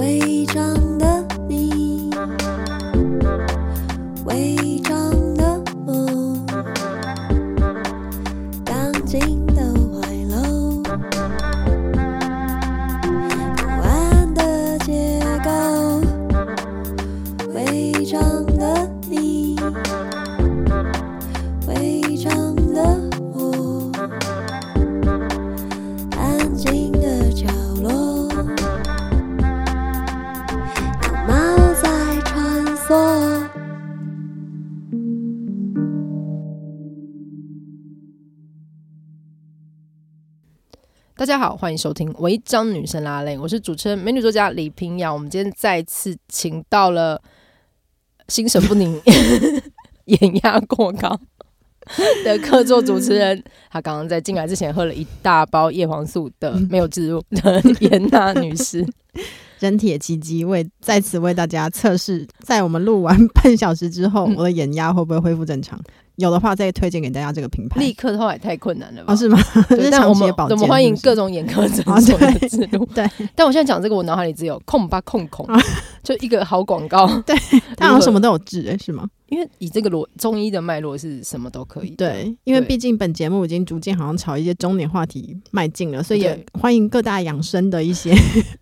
伪装的你，伪装的我，钢筋的怀楼，不安的结构，伪装的你，伪装的我，安静的角落。有猫在穿梭。大家好，欢迎收听《违章女神拉链》，我是主持人美女作家李平阳。我们今天再次请到了心神不宁、 眼压过高的客座主持人。她刚刚在进来之前喝了一大包叶黄素的，没有植入的严娜女士。人体的奇迹，为在此为大家测试，在我们录完半小时之后，嗯我的眼压会不会恢复正常？有的话，再推荐给大家这个品牌 立。刻的话也太困难了吧？哦，是吗？对是但我长期们的保我健。们欢迎是不各是种眼科诊啊所的对植入。对，但我现在讲这个，我脑海里只有空吧空空啊，就一个好广告。它好像什么都有治，诶是吗？因为以这个逻中医的脉络是什么都可以的。对，因为对毕竟本节目已经逐渐好像朝一些中年话题迈进了，所以也对欢迎各大养生的一些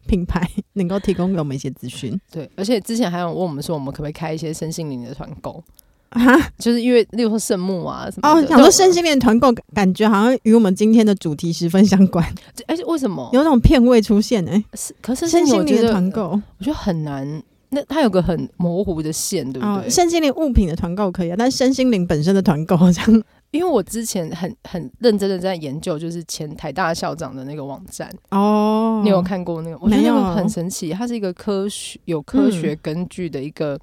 品牌能够提供给我们一些资讯。对，而且之前还有问我们说，我们可不可以开一些身心灵的团购？啊，就是因为例如说圣木啊什么的。哦，想对说身，心灵团购，感觉好像与我们今天的主题十分相关，而且哎为什么？有种片味出现诶。是可哦是身我心灵觉的得团购，我觉得很难。那它有个很模糊的线，对不哦，对？身心灵物品的团购可以啊，但是身心灵本身的团购好像因为我之前很很认真的在研究，就是前台大校长的那个网站，哦你有看过那个？我觉得没那有嗯个很神奇，它是一个科学有科学根据的一个、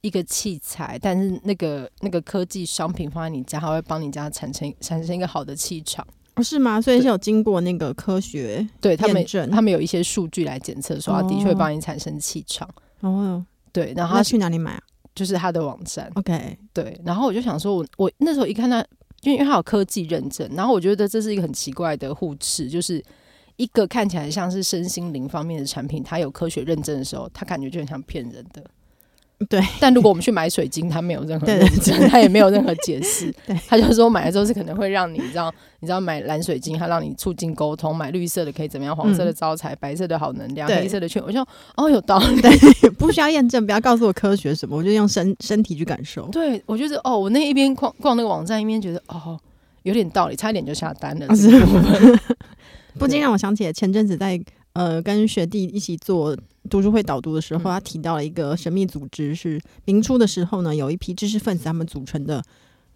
一个器材，但是那个那个科技商品放在你家，它会帮你家产生产生一个好的气场。哦是吗？所以对是有经过那个科学对他们验，证他们有一些数据来检测，说它的确会哦帮你产生气场。哦，对，然后那它去哪里买啊就是它的网站。 ？OK，对，然后我就想说我，我那时候一看它，因为因为它有科技认证，然后我觉得这是一个很奇怪的互斥，就是一个看起来像是身心灵方面的产品，它有科学认证的时候，它感觉就很像骗人的。嗯对，但如果我们去买水晶，它没有任何对认证，它也没有任何解释 对，它就说买了之后是可能会让你，你知道，你知道买蓝水晶，它让你促进沟通，买绿色的可以怎么样，黄色的嗯招财，白色的好能量，对黑色的劝，我就哦有道理，不需要验证，不要告诉我科学什么，我就用身身体去感受。对，我就是哦，我那一边逛逛那个网站，一边觉得哦，有点道理，差一点就下单了。哦这是个部吗分不禁让我想起了前阵子在呃跟学弟一起做读书会导读的时候，嗯他提到了一个神秘组织，是明初的时候呢，有一批知识分子他们组成的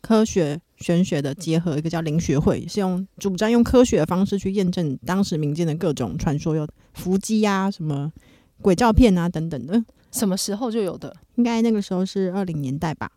科学玄学的结合，一个叫灵学会，是用主张用科学的方式去验证当时民间的各种传说，有伏击啊、什么鬼照片啊等等的。什么时候就 有的？应该那个时候是二零年代吧，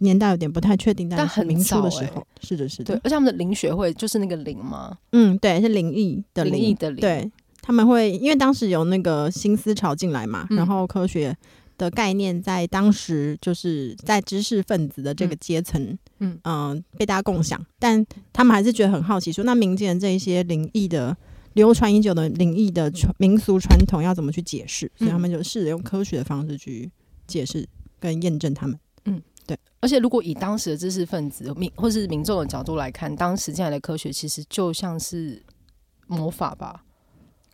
年代有点不太确定，但但是很明初的早时欸候，是的，是对，的而，且他们的灵学会就是那个灵嘛，嗯，对，是灵异的灵灵异的灵。，对，他们会因为当时有那个新思潮进来嘛，嗯然后科学的概念在当时就是在知识分子的这个嗯阶层，嗯呃被大家共享，但他们还是觉得很好奇说那民间这一些灵异的。流传已久的灵异的传民俗传统要怎么去解嗯释？所以他们就试着用科学的方式去解释跟验证他们。而且如果以当时的知识分子民或是民众的角度来看，当时进来的科学其实就像是魔法吧。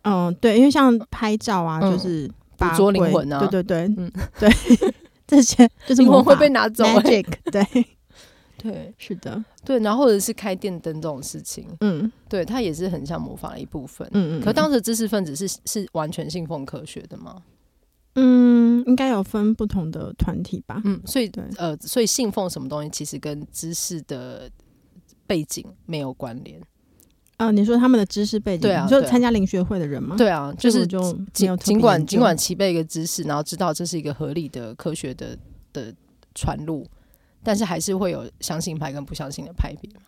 嗯，对，因为像拍照啊，嗯就是把捉灵鬼魂啊对对对，嗯 对，这些就是灵魔魂会法被拿走、欸， magic，对， 对是的，对，然后或者是开电灯这种事情，嗯对，它也是很像魔法的一部分。嗯嗯。可当时的知识分子是是完全信奉科学的吗？嗯，应该有分不同的团体吧？嗯，所以哦对呃，所以信奉什么东西其实跟知识的背景没有关联。呃，你说他们的知识背景，对啊你说对啊参加灵学会的人吗？，对啊，就是就没尽有特别尽管研究尽管齐备一个知识，然后知道这是一个合理的科学的的传入，但是还是会有相信派跟不相信的派别嘛。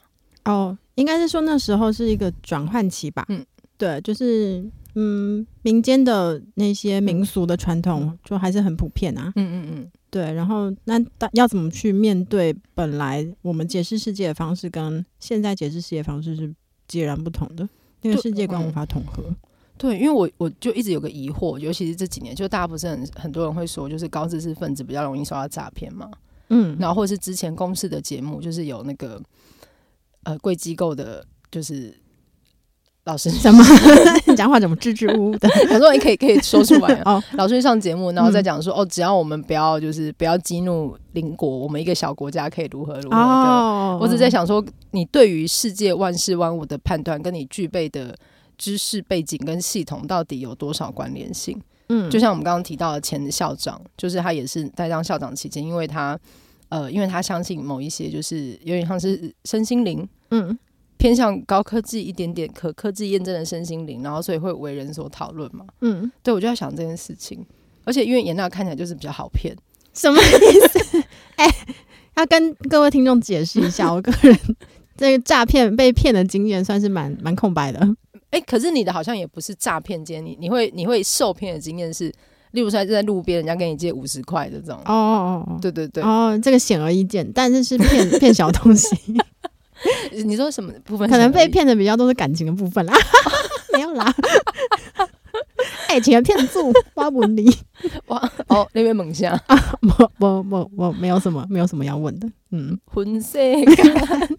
哦，应该是说那时候是一个转换期吧？嗯嗯，对，就是。嗯，民间的那些民俗的传统嗯就还是很普遍啊。嗯嗯对，然后那大要怎么去面对本来我们解释世界的方式跟现在解释世界的方式是截然不同的，那个对世界观嗯无法统合。嗯，对，因为我我就一直有个疑惑，尤其是这几年，就大家不是很很多人会说，就是高知识分子比较容易受到诈骗嘛，嗯，然后或者是之前公视的节目，就是有那个呃贵机构的，就是老师怎么 你讲话怎么支支吾吾的？，想说你可以可以说出来啊 哦，老师上节目，然后再嗯讲说、哦，只要我们不要就是不要激怒邻国，我们一个小国家可以如何如何的。哦，我只在想说，你对于世界万事万物的判断，跟你具备的知识背景跟系统到底有多少关联性？嗯，嗯，就像我们刚刚提到的前校长，就是他也是在当校长期间，因为他呃，因为他相信某一些就是有点像是身心灵嗯偏向高科技一点点，可科技验证的身心灵，然后所以会为人所讨论嘛。嗯，对，我就在想这件事情。而且因为严娜看起来就是比较好骗，什么意思？ 哎、要跟各位听众解释一 下，我个人这个诈骗被骗的经验算是蛮蛮空白的。哎、可是你的好像也不是诈骗间，你你会你会受骗的经验是，例如说在路边人家跟你借五十块的这种，哦哦哦，对对对，哦，这个显而易见，但是是骗 骗小 东西，你说什么部分可能被是骗的比较多是感情的部 分啦，没有啦。 爱情的骗术，挖不 离，哇哦那边猛 下我我我我没有什么，没有什么要问的。嗯，混色感，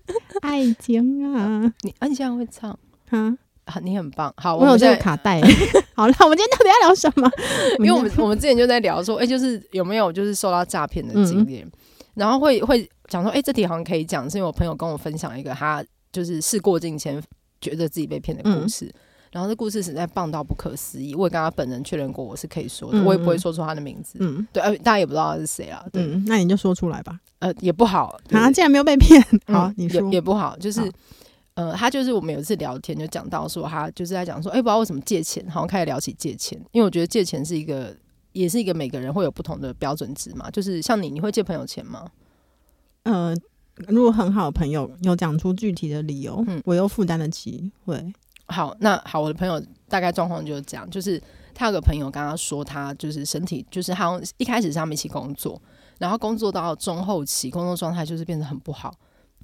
爱情啊，你啊你现在会唱啊，啊，你很棒，好，我们有现这在个卡带。欸好了，我们今天到底要聊什么？ 因为我们我们之前就在聊说，哎、就是有没有就是受到诈骗嗯的经验，然后会会讲说，哎、这题好像可以讲，是因为我朋友跟我分享一个他就是事过境迁，觉得自己被骗的嗯故事。然后这故事实在棒到不可思议，我也跟他本人确认过，我是可以说的，嗯我也不会说出他的名字。嗯对，呃，大家也不知道他是谁啦，对，嗯，那你就说出来吧。呃，也不好对啊，竟然没有被骗，嗯好，你也说。也不好，就是好呃，他就是我们有一次聊天就讲到说，他就是在讲说，哎、不知道为什么借钱，好像开始聊起借钱，因为我觉得借钱是一个，也是一个每个人会有不同的标准值嘛，就是像你，你会借朋友钱吗？呃，如果很好的朋友有讲出具体的理由嗯，我又负担得起，会，好，那好，我的朋友大概状况就是这样，就是他有个朋友跟他说，他就是身体，就是他好像一开始是他们一起工作，然后工作到中后期，工作状态就是变得很不好，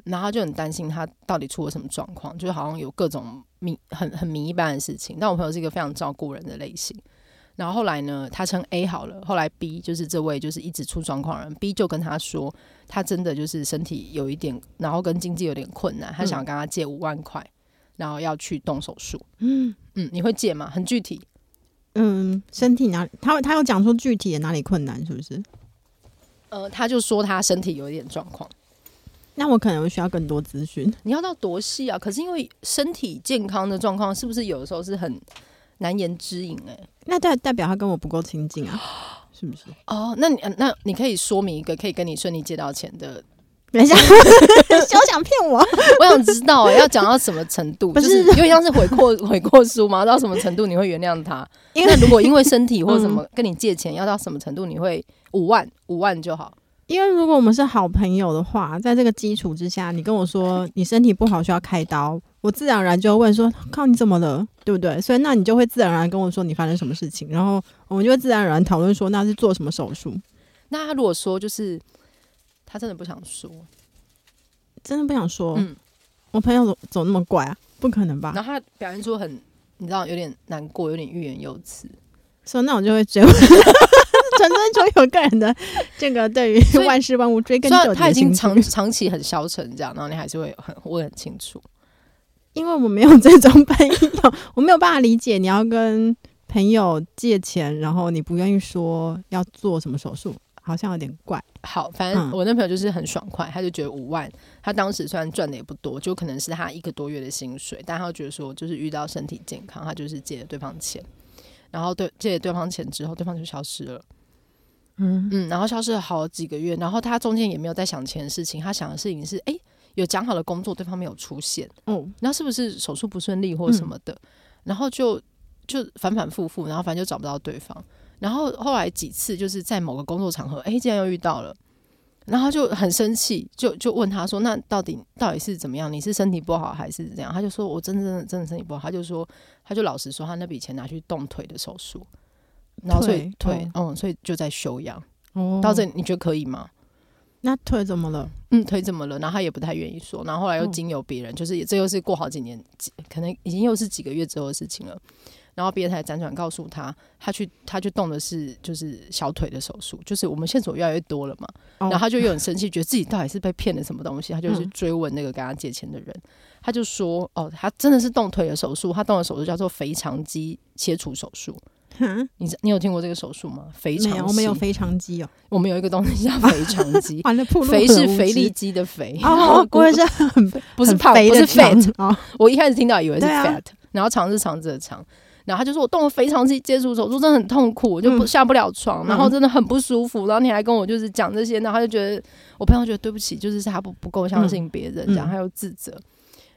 然后他就很担心他到底出了什么状况，就是好像有各种迷很很迷一般的事情。但我朋友是一个非常照顾人的类型，然后后来呢，他称 A 好了，后来 B 就是这位就是一直出状况的人，B 就跟他说，他真的就是身体有一点，然后跟经济有点困难，他想跟他借五万块，然后要去动手术。嗯嗯，你会借吗？很具体。嗯，身体哪里？他他有讲出具体的哪里困难，是不是？呃，他就说他身体有一点状况，那我可能会需要更多资讯。你要到多细啊？可是因为身体健康的状况，是不是有的时候是很难言之隐、欸？那代代表他跟我不够亲近啊，是不是？哦，那你呃那你可以说明一个可以跟你顺利借到钱的，等一下， 休想骗我！ 我想知道、欸、要讲到什么程 度，不就是是有点像是悔过 悔过书嘛，到什么程度你会原谅他？因为那如果因为嗯身体或什么跟你借钱，要到什么程度你会五万五万就好？因为如果我们是好朋友的话，在这个基础之下，你跟我说你身体不好需要开刀，我自然而然就会问说：靠，你怎么了？对不对？所以那你就会自然而然跟我说你发生什么事情，然后我们就会自然而然讨论说那是做什么手术。那他如果说就是他真的不想说，真的不想说， 嗯我朋友怎怎么那么怪啊？不可能吧？然后他表现出很你知道有点难过，有点欲言又止。所以那我就会 追问， 纯粹从我个人的这个对于所以万事万物追根虽究然底他的已经兴长趣，长期很消沉这样，然后你还是会很问很清楚。因为我没有这种朋友，我没有办法理解你要跟朋友借钱，然后你不愿意说要做什么手术，好像有点怪。好，反嗯正我那朋友就是很爽快，他就觉得五万，他当时虽然赚的也不多，就可能是他一个多月的薪水，但他觉得说就是遇到身体健康，他就是借了对方钱，然后对借了对方钱之后，对方就消失了，嗯，嗯，然后消失了好几个月，然后他中间也没有在想钱的事情，他想的事情是，诶，有讲好的工作，对方没有出现，哦，然后是不是手术不顺利或嗯什么的，然后就就反反复复，然后反正就找不到对方。然后后来几次就是在某个工作场合，哎，竟然又遇到了，然后他就很生气，就就问他说：“那到底到底是怎么样？你是身体不好还是怎样？”他就说：“我真的真的真的身体不好。”他就说，他就老实说，他那笔钱拿去动腿的手术，然后所以腿腿、嗯，所以就在休养。哦到这里你觉得可以吗？那腿怎么了？嗯，腿怎么了？然后他也不太愿意说，然后后来嗯又经由别人，就是也这又是过好几年，几可能已经又是几个月之后的事情了。然后别人才辗转告诉他，他去他去动的是就是小腿的手术，就是我们线索越来越多了嘛。哦然后他就又很生气，觉得自己到底是被骗了什么东西，他就去嗯追问那个跟他借钱的人，他就说：“哦，他真的是动腿的手术，他动的手术叫做腓肠肌切除手术。哈你知你有听过这个手术吗？腓 没肠有，我们有系肥肠肌哦，，我们有一个东西叫腓肠肌完了，暴露哦肥很是无肥知力肌的肥， 然 后哦，不会是很不是很胖，肥不的是肠 fat。哦，我一开始听到以为是对啊 fat，、然后肠是肠子的肠。然后他就说：“我动了腓肠肌接触手术，真的很痛苦，我就不嗯下不了床，嗯然后真的很不舒服。然后你还跟我就是讲这些，然后他就觉得我朋友觉得对不起，就是他不不够相信别人，这嗯样他又自责。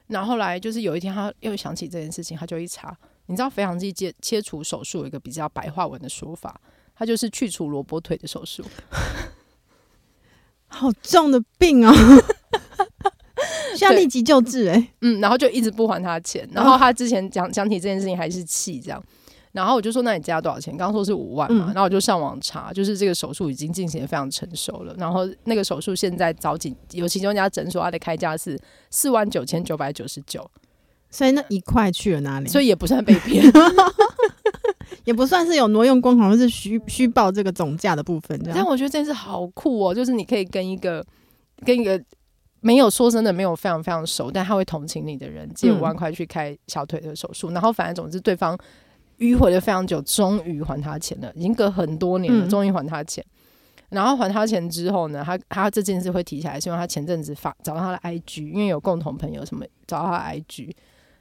然后后来就是有一天他又想起这件事情，他就一查，你知道腓肠肌切切除手术有一个比较白话文的说法，它就是去除萝卜腿的手术。好重的病 哦，需要对立即救治哎，嗯，然后就一直不还他钱，然嗯后他之前讲讲起这件事情还是气这样，然后我就说那你加多少钱？刚刚说是五万嘛，嗯然后我就上网查，就是这个手术已经进行的非常成熟了，然后那个手术现在早几有其中一家诊所它的开价是四万九千九百九十九，所以那一块去了哪里？所以也不算被骗， 也不算是有挪用公款，或是虚虚报这个总价的部分，这但样我觉得这件事好酷哦，就是你可以跟一个跟一个没有说真的没有非常非常熟，但他会同情你的人借嗯五万块去开小腿的手术，然后反正总之对方迂回了非常久，终于还他钱了，已经隔很多年了，嗯终于还他钱。然后还他钱之后呢，他他这件事会提起来，是因为他前阵子发找到他的 IG，因为有共同朋友什么找到他的 IG，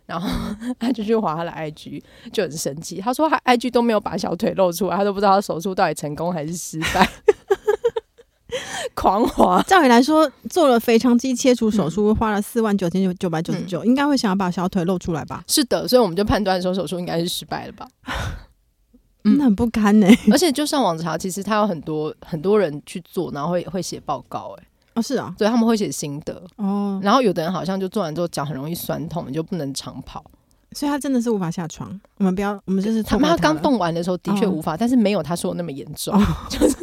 然后 他就去划他的 IG，就很生气。他说他 IG 都没有把小腿露出来，他都不知道他手术到底成功还是失败， 狂滑。照理来说，做了肥肠肌切除嗯手术，花了四万九千九九百九十九，应该会想要把小腿露出来吧？是的，所以我们就判断说手术应该是失败了吧。嗯那很不堪呢。而且就上网查，其实他有很多很多人去做，然后会会写报告、欸，哎，哦，是啊，所以他们会写心得。哦，然后有的人好像就做完之后脚很容易酸痛，你就不能长跑。所以他真的是无法下床。我们不要，我们就是他错过们他刚了，动完的时候的确哦无法，但是没有他说的那么严重， 就是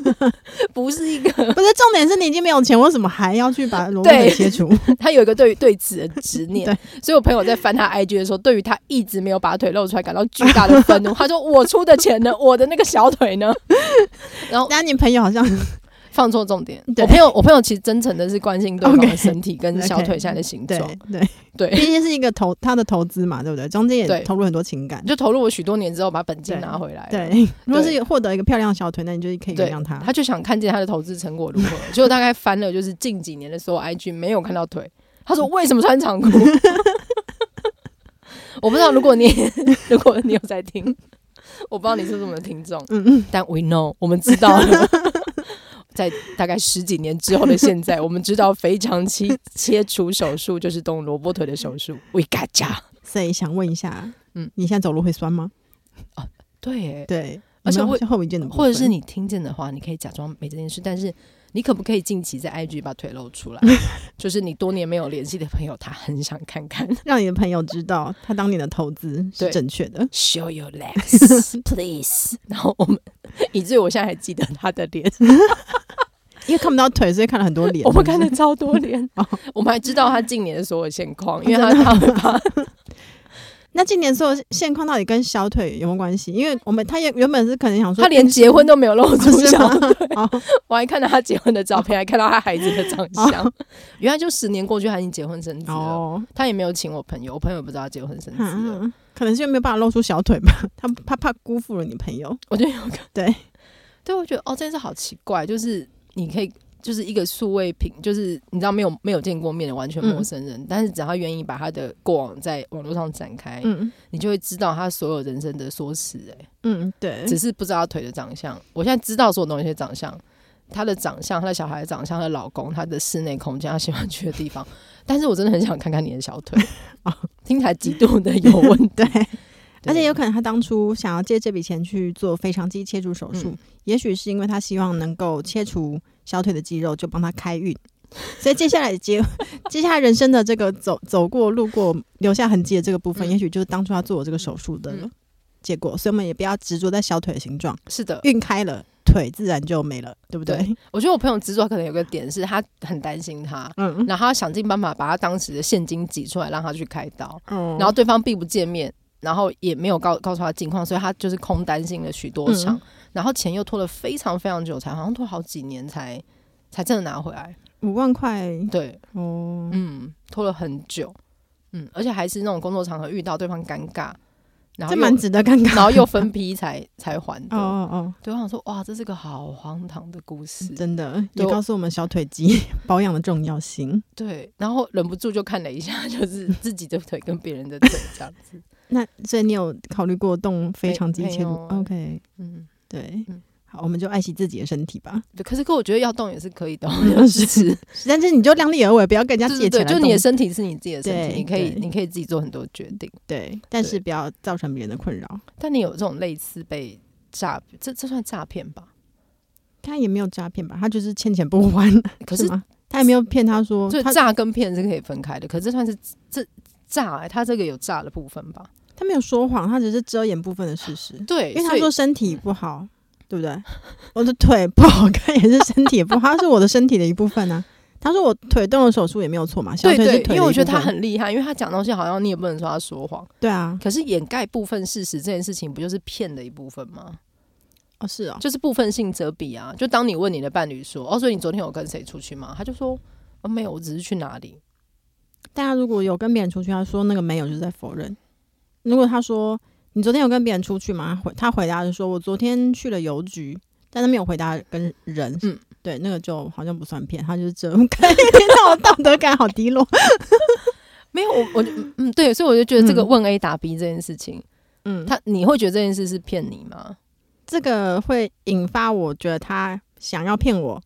不是一个不是重点是你已经没有钱，为什么还要去把萝卜腿对切除？他有一个对于对此的 执念对，所以我朋友在翻他 IG 的时候，对于他一直没有把腿露出来感到巨大的 愤怒。他说：“我出的钱呢？我的那个小腿呢？”然后那你朋友好像 放错重点。对我朋友，我朋友其实真诚的是关心对方的 OK，身体跟小腿现在的形对状，对，对， 毕竟是一个投他的投资嘛，对不对？中间对也投入很多情感。就投入我许多年之后把本金对拿回来了。对，如果是获得一个漂亮的小腿，那你就可以原对谅他。他就想看见他的投资成果 如何，结果大概翻了就是近几年的所有 IG 没有看到腿。他嗯说为什么穿长裤？ 我不知道，如果你 如果你有在听，我不知道你是不是我们的听众，嗯嗯，但 we know 我们知道了。 在大概十几年之后的现 在，我们知道肥肠期切除手术就是动萝卜腿的手术。We got ya！所以想问一下，嗯嗯，你现在走路会酸吗？对耶，对，而且有没有会像后遗症的部分，或者是你听见的话，你可以假装没这件事，但是你可不可以近期在 IG 把腿露 出来？就是你多年没有联系的朋友，他很想看看。让你的朋友知道他当年的投资是对正确的。 Show your legs, please。然后我们，以至于我现在还记得他的脸，因为看不到腿，所以看了很多脸。 我们是不看是了超多脸哦，我们还知道他近年的所有现况，因为他他会 把那今年所有现况到底跟小腿有没有关系？因为我们他也原本是可能想说他连结婚都没有露出是小吗 哦我还看到他结婚的照片，还看到他孩子的长相。原来就十年过去，他已经结婚生子了。哦，他也没有请我朋友，我朋友也不知道他结婚生子了。嗯，可能是因为没有办法露出小腿吧，他他怕辜负了你朋友。我觉得有可能。对，对，我觉得哦，这件事好奇怪，就是你可以。就是一个素未平，就是你知道没有没有见过面的完全嗯陌生人，但是只要他愿意把他的过往在网络上展开，嗯你就会知道他所有人生的缩史、欸。嗯，对，只是不知道他腿的长相。我现在知道所有东西的长相，他的长相，他的小孩的长相，他的老公，他的室内空间，他喜欢去的地方。但是我真的很想看看你的小腿 哦，听起来极度的有问题。 对。而且有可能他当初想要借这笔钱去做非常肌切除手术，嗯也许是因为他希望能够切除小腿的肌肉，就帮他开运。 所以接下来接 接下来人生的这个走走过、路过、留下痕迹的这个部嗯分，也许就是当初他做我这个手术的嗯结果。所以我们也不要执着在小腿的形状，是的，运开了腿自然就没了，对不对？我觉得我朋友执着可能有个点是他很担心他，嗯然后他想尽办法把他当时的现金挤出来让他去开刀，嗯然后对方并不见面，然后也没有告告诉他近况，所以他就是空担心了许多场，嗯然后钱又拖了非常非常久才，好像拖好几年才才真的拿回来。五万块对，哦，嗯，拖了很久，嗯，而且还是那种工作场合遇到对方尴尬，然后这又蛮值得尴尬。然后又分批才才还的。 哦哦对，我想说，哇，这是个好荒唐的故事哦，。真的也对我告诉我们小腿肌 保养的重要性。对，然后忍不住就看了一下， 就是自己的腿跟别人的腿这样子。那所以你有考虑过动非常肌切没除有啊？OK，嗯，对嗯，好，我们就爱惜自己的身体吧。对可是可我觉得要动也 是可以的，我要支持。但是你就量力而为，不要跟人家对对借钱对，来就动你的身体是你自己的身对体，你可以对你可以自己做很多决定。对，但是不要造成别人的困扰。但你有这种类似被诈，这这算诈骗吧？他也没有诈骗吧？他就是欠钱不还，可是吗？他也没有骗他说所以他诈跟骗是可以分开的，可是这算是这诈、欸，它这个有诈的部分吧？他没有说谎，他只是遮掩部分的事实，对，因为他所以说身体不好，对不对？我的腿不好看也是身体不好，他是我的身体的一部分啊。他说我腿动了手术也没有错嘛，小对腿是对腿，的因为我一觉得部他分很厉害，因为他讲东西好像你也不能说他说谎，对啊，可是掩盖部分事实这件事情不就是骗的一部分吗？哦是哦，就是部分性遮蔽啊。就当你问你的伴侣说：“哦，所以你昨天有跟谁出去吗？”他就说：“哦，没有，我只是去哪里。大家如果有跟别人出去，他说那个没有，就是在否认。如果他说你昨天有跟别人出去吗？回他回答是说我昨天去了邮局，但他没有回答跟人。嗯嗯，对，那个就好像不算骗，他就是遮盖。那我道德感好 低落。”没有，我我嗯对，所以我就觉得这个嗯问 A 答 B 这件事情，嗯，他他你会觉得这件事是骗你吗？这个会引发我觉得他想要骗我，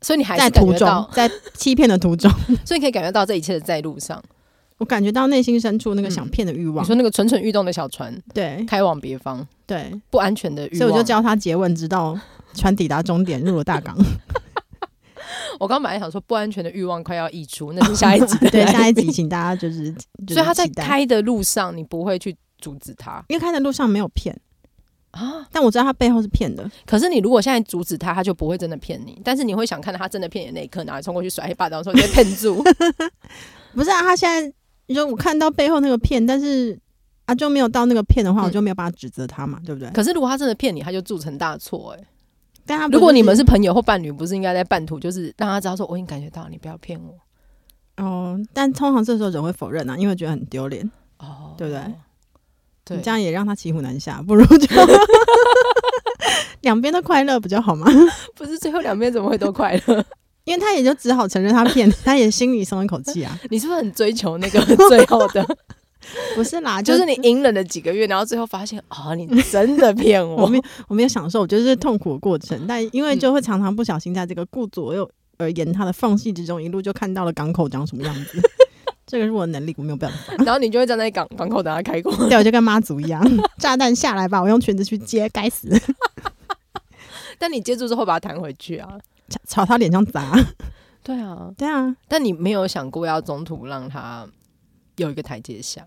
所以你还在是感途觉中到，，在欺骗的 途中，所以你可以感觉到这一切在路上。我感觉到内心深处那个嗯想骗的欲你望。说那个蠢蠢欲动的小船对开往别方，对，不安全的欲望。所以我就教他诘问，直到船抵达终点，入了大港。我刚本来想说不安全的欲望快要溢出， 那是下一集的。 对，下一集。请大家就是，就 是所以他在期待，开的路上，你不会去阻止他因为开的路上没有骗，啊。但我知道他背后是骗的。可是你如果现在阻止他，他就不会真的骗你。但是你会想看到他真的骗你的那一刻，然后冲过去甩一巴掌说你被骗 住。不是啊，他现在你说我看到背后那个骗，但是啊就没有到那个骗的话，嗯我就没有办法指责他嘛，对不对？可是如果他真的骗你，他就铸成大错哎、欸但他不如果你们是是朋友或伴侣，不是应该在半途就是让他知道说我已经感觉到你不要骗我哦，但通常这时候人会否认啊，因为觉得很丢脸，哦，对不对？对，你这样也让他骑虎难下，不如就 两边都快乐不就好吗？不是最后两边怎么会都快 乐？ 因为他也就只好承认他骗， 他也心里松一口气啊。你是不是很追求那个最后 的？不是啦，就是你隐忍了几个月，然后最后发现哦，你真的骗 我我没。有我没有享受，我觉得是痛苦的过程，但因嗯为就会常常不小心在这个顾左右而言他的缝隙之中，一路就看到了港口长什么样子。 这个是我的能力，我没有办法。 然后你就会站在港港口等他开锅。对，我就跟妈祖一样， 炸弹下来吧，我用裙子去接，该死， 但你接住之后把它弹回去啊。朝 朝他脸上砸。对啊，对啊，但你没有想过要中途让他有一个台阶下。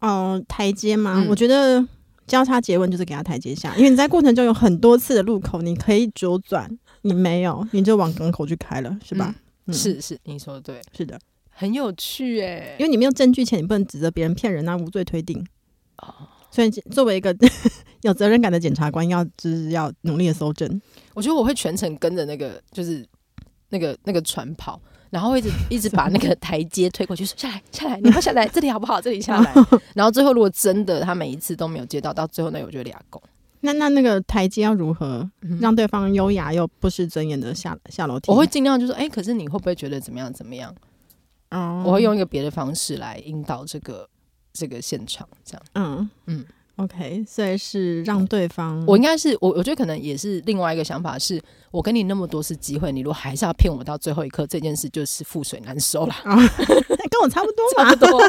哦、台阶嘛，嗯我觉得交叉结吻就是给他台阶下，因为你在过程中有很多次的路口，你可以左转，你没有，你就往港口去开了，是吧？嗯是是，你说的对，是的，很有趣哎、因为你没有证据前，你不能指责别人骗人啊，无罪推定。哦所以作为一个 有责任感的检察官，要就是要努力的搜证。我觉得我会全程跟着那个，就是那个那个船跑，然后一 直一直把那个台阶推过去，说下来下来，你们下来，这里好不好？这里 下来。然后最后如果真的他每一次都没有接到，到最后那个我就俩狗。那那那个台阶要如何嗯让对方优雅又不失尊严的下下楼梯？我会尽量就说，哎、可是你会不会觉得怎么样怎么样？哦我会用一个别的方式来引导这个这个现场，这样。嗯嗯嗯， OK，所以是让对方 我应该是我，我觉得可能也是另外一个想法是，我给你那么多次机会，你如果还是要骗我到最后一刻，这件事就是覆水难收啦。啊，跟我差不多 差不嘛，多，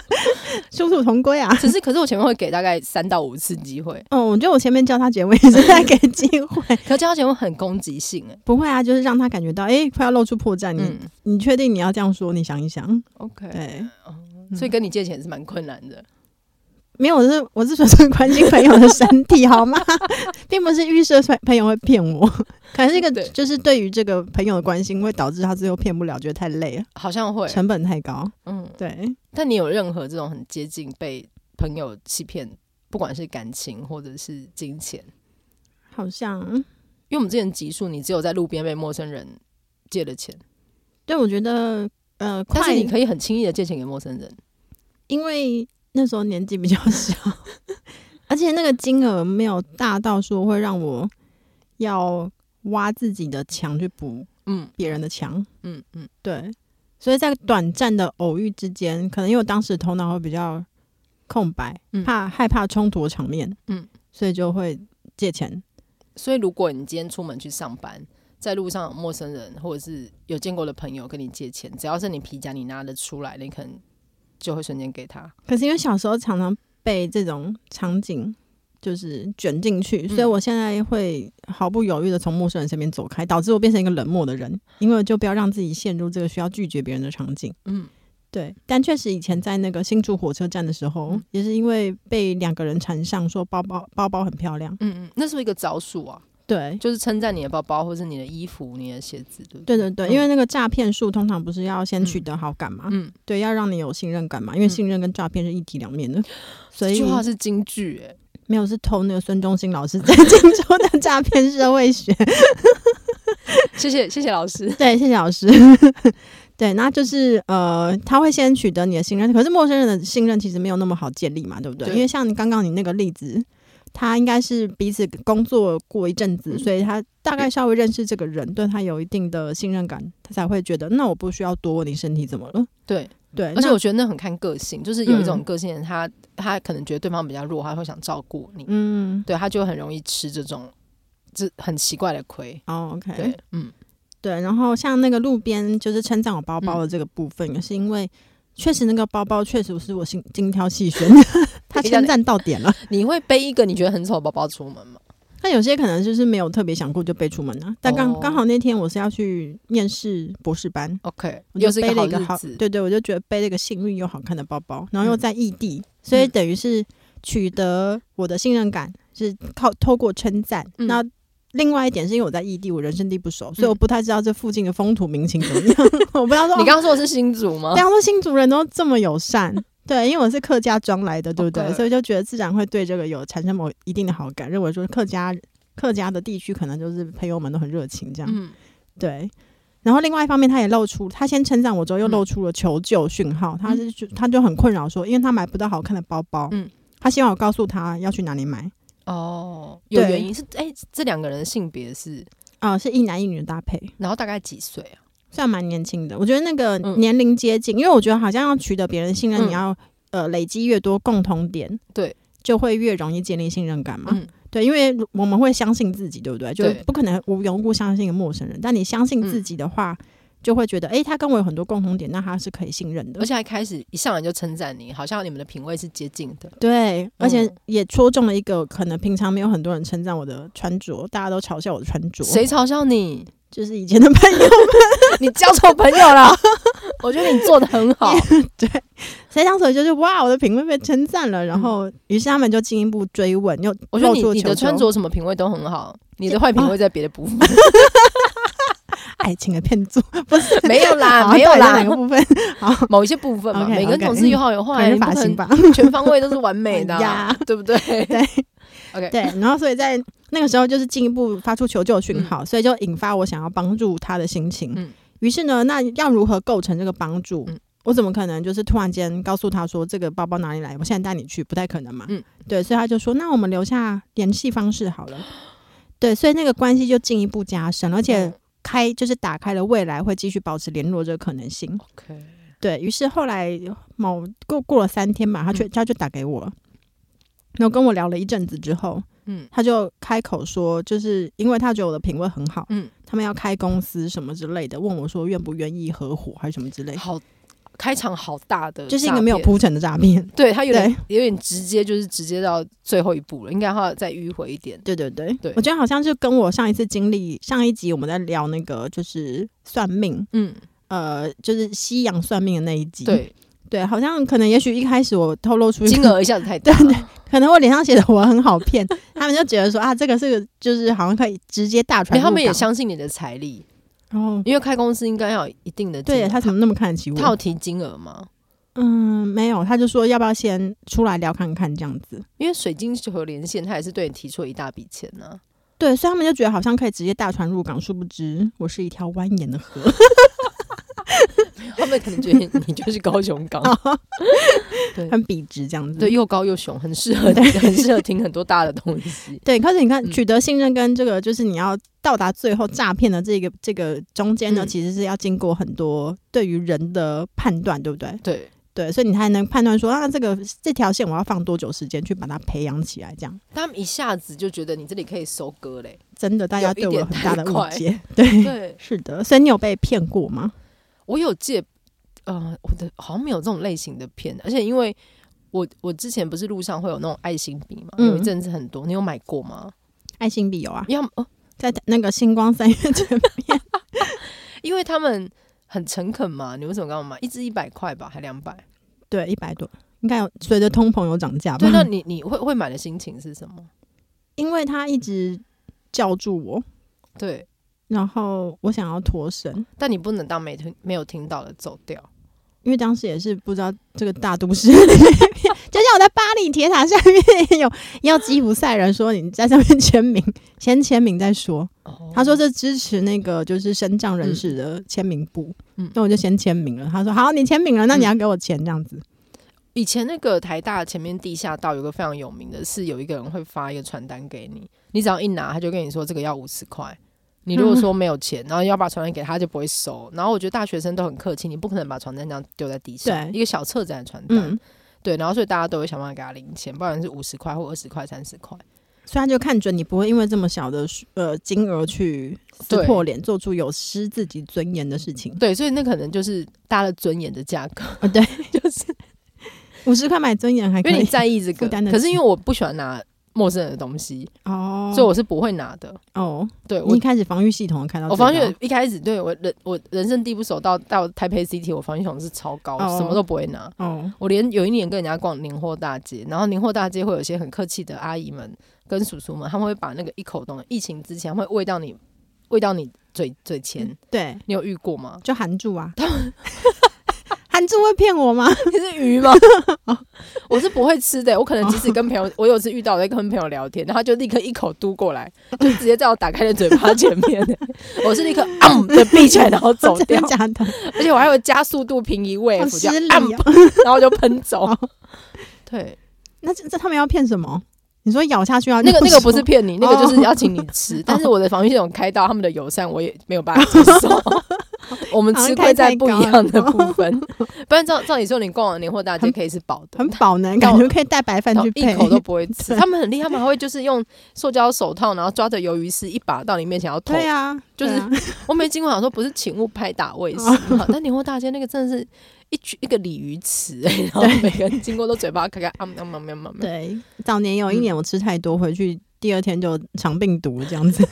殊途同归啊。只是可是我前面会给大概三到五次机会，哦，我觉得我前面叫他结尾也是在给机会，可交钱会很攻击性哎、 不会啊，就是让他感觉到，哎、快要露出破绽。你、嗯你确定你要这样说？你想一想， ，OK，对，所以跟你借钱是蛮困难的。没有，我是我是纯粹关心朋友的身体，好吗？并不是预设朋朋友会骗我，可能是一个对就是对于这个朋友的关心会导致他最后骗不了，觉得太累了，好像会，成本太高。嗯，对，但你有任何这种很接近被朋友欺骗，不管是感情或者是金钱，好像因为我们之前集数，你只有在路边被陌生人借了钱，对我觉得呃，但是快你可以很轻易的借钱给陌生人，因为那时候年纪比较小， 而且那个金额没有大到说会让我要挖自己的墙去补嗯别人的墙。嗯嗯，对，所以在短暂的偶遇之间，可能因为我当时头脑会比较空白，嗯怕害怕冲突的场面，嗯，所以就会借钱。所以如果你今天出门去上班。在路上有陌生人或者是有见过的朋友跟你借钱，只要是你皮夹你拿得出来，你可能就会瞬间给他。可是因为小时候常常被这种场景就是卷进去，嗯所以我现在会毫不犹豫的从陌生人身边走开，导致我变成一个冷漠的人，因为就不要让自己陷入这个需要拒绝别人的场景。嗯，对，但确实以前在那个新竹火车站的时候，嗯也是因为被两个人缠上，说包包包包很漂亮，嗯嗯，那是不是一个招数啊，对。就是称赞你的包包，或是你的衣服、你的鞋子，对不对？对对对，嗯因为那个诈骗术通常不是要先取得好感嘛，嗯，对，要让你有信任感嘛，因为信任跟诈骗是一体两面的，所这以句话是京剧、欸，没有是偷那个孙中兴老师在荆州的诈骗社 会学。 谢谢谢谢老师。对，谢谢老师。 对，那就是呃，他会先取得你的信任，可是陌生人的信任其实没有那么好建立嘛，对不对？对因为像你刚刚你那个例子，他应该是彼此工作过一阵嗯子，所以他大概稍微认识这个人，对他有一定的信任感，他才会觉得那我不需要多问你身体怎么了。 对，对，而且那我哎觉得那很看个性，就是有一种嗯个性的人他，他可能觉得对方比较弱，他会想照顾你，嗯，对，他就很容易吃这种这很奇怪的亏。哦，OK，对，嗯，对，然后像那个路边就是称赞我包嗯包的这个部分，也是因为确实那个包包确实是我精精挑细 选，他称赞到点了。你会背一个你觉得很丑的包包出门吗？但有些可能就是没有特别想过就背出门了、但刚、哦刚好那天我是要去面试博士班， ？OK，我就又是背了好一个日子。对对，我就觉得背了一个幸运又好看的包包，然后又嗯在异地，所以嗯等于是取得我的信任感是靠透过称赞。嗯那另外一点是因为我在异地，我人生地不熟，所以嗯我不太知道这附近的风土民情 怎么样。我不知道说你刚刚哦说的是新竹吗大？家说新族人都这么 友善，对，因为我是客家庄来的，对不对 OK 所以就觉得自然会对这个有产生某一定的好感，认为说客家客家的地区可能就是朋友们都很热情这样，嗯，对。然后另外一方面，他也露出，他先称赞我之后，又嗯露出了求救讯号。他是就他就很困扰说，因为他买不到好看的包包，嗯他希望我告诉他要去哪里买哦，有对原因是，哎、这两个人的性别是，啊、是一男一女的搭配。然后大概几岁啊？算蛮年轻的。我觉得那个嗯年龄接近，因为我觉得好像要取得别人信任，嗯你要呃累积越多共同点，对，就会越容易建立信任感嘛。嗯对，因为我们会相信自己，对不对？就对嗯不可能无缘无故相信一个陌生人，但你相信自己的话，就会觉得，诶，他跟我有很多共同点，那他是可以信任的而。且还开始一上来就称赞你，好像你们的品味是接近的。嗯对，而且也戳中了一个可能平常没有很多人称赞我的穿着，大家都嘲笑我的穿着，谁嘲笑你？ 就是以前的朋友。 你交错朋友了。我觉得你做的很好。所以当时就是哇，我的品味被称赞了，然后于是他们就进一步追问，又嗯我觉得你露出你求的救穿着什么品味都很好，你的坏品味在别的部分 爱情的骗子不是没有啦， 好啊没有到底啦是哪，个部分？好，某一些部分嘛， OK，OK 哎每个人总是有好有可能坏，是你不发可型能吧。全方位都是完美的 哎呀啊，对不对？对 OK，对，然后所 以在那个时候就是进一步发出求救讯号，所以就引发我想要帮助他的心情。嗯于是呢，那要如何构成这个帮助？嗯我怎么可能就是突然间告诉他说这个包包哪里来？我现在带你去，不太可能嘛。嗯对，所以他就说，那我们留下联系方式好了。对，所以那个关系就进一步加深，而且嗯开就是打开了未来会继续保持联络这个可能性。 OK，嗯对于是后来某过过了三天吧，他却、他就打给我了，然后跟我聊了一阵子之后，嗯他就开口说，就是因为他觉得我的品味很好，嗯，他们要开公司什么之类的，问我说愿不愿意合伙还是什么之类的，好，开场好大的，就是一个没有，铺陈的诈骗。对他有点有点直接，就是直接到最后一步了，应该还要再迂回一点。对对对，对我觉得好像就跟我上一次经历，上一集我们在聊那个就是算命，嗯，呃，就是西洋算命的那一集，对，对，好像可能也许一开始我透露出一个金额一下子太大，可能我脸上写的我很好骗，他们就觉得说啊，这个是个就是好像可以直接大因为传。他们也，相信你的财力，然后因为开公司应该要有一定的金额对他怎么那么看得起他有我？提金额吗？嗯，没有，他就说要不要先出来聊看看这样子。因为水晶球连线，他也是对你提出了一大笔钱啊呢、对，所以他们就觉得好像可以直接大船入港，殊不知我是一条蜿蜒的河。他们可能觉得你 就是高雄港，哦 对很笔直这样子。对，又高又雄，很适合 很适合听很多大的东西。对，可是你看，嗯取得信任跟这个就是你要到达最后诈骗的这个这个中间呢，嗯其实是要经过很多对于人的判断，对不对？ 对，对，所以你才能判断说啊，这个这条线我要放多久时间去把它培养起来，这样。他们一下子就觉得你这里可以收割嘞。真的，大家对我有很大的误有解。对，对，是的。所以你有被骗过吗？我有借，呃，我的好像没有这种类型的片，而且因为我我之前不是路上会有那种爱心笔嘛，嗯有一阵子很多，你有买过吗？爱心笔有啊，因为他们、哦、在那个星光三月前面， 因为他们很诚恳嘛，你为什么刚我买？一支一百块吧，还两百？对，一百多，应该有随着通膨有涨价吧对，？那你你会会买的心情是什么？ 因为他一直叫住我，对，然后我想要脱身，但你不能当没听没有听到的走掉。因为当时也是不知道这个大都市里面，就像我在巴黎铁塔下面也有也有吉普赛人说你在上面签名，先签名再说。哦他说这支持那个就是身障人士的签名簿，嗯那我就先签名了。他说好，你签名了，那你要给我钱这样子。以前那个台大前面地下道有个非常有名的是，有一个人会发一个传单给你，你只要一拿，他就跟你说这个要五十块。你嗯如果说没有钱，然后要把传单给他，他就不会收。然后我觉得大学生都很客气，你不可能把传单这样丢在地上，对一个小册子的传单，嗯，对。然后所以大家都会想办法给他零钱，不然是五十块或二十块、三十块。所以他就看准你不会因为这么小的数呃金额去撕对破脸，做出有失自己尊严的事 情。对，所以那可能就是大家的尊严的价格， 啊，对，就是五十块买尊严还可哦因为你以在意这个负担。得起可是因为我不喜欢拿陌生人的东西，哦，所以我是不会拿的。哦，对我你一开始防御系统看到我最防高御一开始对我人我人生地不熟到到台北 CT，我防御系统是超高，哦什么都不会拿。哦，我连有一年跟人家逛年货大街，然后年货大街会有一些很客气的阿姨们跟叔叔们，他们会把那个一口东西，疫情之前会喂到你喂到你嘴嘴前，对，？你有遇过吗 就含住啊。 含住会骗我吗？你是鱼 吗？我是不会吃的，我可能即使跟朋哦友，我有次遇到我在跟朋友聊天，然后他就立刻一口嘟过来，就直接在我打开的嘴巴前面， 我是立刻啊的闭起来，然后 走掉真的。假的？ 而且我还有加速度平移 wave，好这失样礼按 哦。然后就喷走。对，那这这他们要骗什么？你说咬下去啊？那个就那个不是说骗你，那个就是要请你 吃。但是哦我的防御系统开到他们的友善，我也没有办法接 受。我们吃亏在不一样的部分，不然照照理说，你逛完年货大街可以是饱的很，饱 呢，但感我觉可以带白饭然后去一配。口 都不会吃。对他们很厉害，他们还会就是用塑胶手套，然后抓着鱿鱼丝一把到你面前要偷对啊，就是对啊我每次经过想说不是请勿拍打喂食哦嘛，但年货大街那个真的是一群一个鲤鱼池、欸，然后每个人经过都嘴巴开开，啊喵喵喵喵喵。对。早年有一嗯年我吃太多，回去第二天就肠病毒 这样子。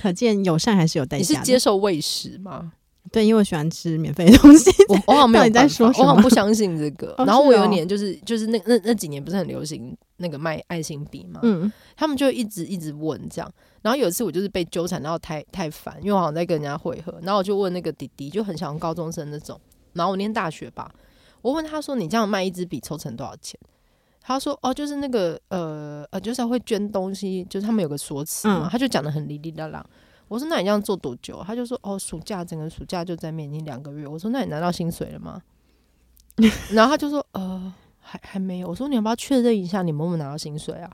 可见友善还是有代你是价接的。受喂食吗？对，因为我喜欢吃免费的东 西。我我好像没有到底在办法说什么我好像不相信这个。哦然后我是哦有一年就是就是那那那几年不是很流行那个卖爱心笔嘛，嗯，他们就一直一直问这样。然后有一次我就是被纠缠到太太烦，因为我好像在跟人家会合，然后我就问那个弟弟，就很像高中生那种，然后我念大学吧，我问他说你这样卖一支笔抽成多少钱？他说哦，就是那个呃呃，就是会捐东西，就是他们有个说辞嘛，嗯他就讲的很哩哩啦啦。我说那你这样做多久？他就说哦，暑假整个暑假就在面已经两个月。我说那你拿到薪水了吗？然后他就说呃还还没有。我说你要不要确认一下你们有没有拿到薪水啊？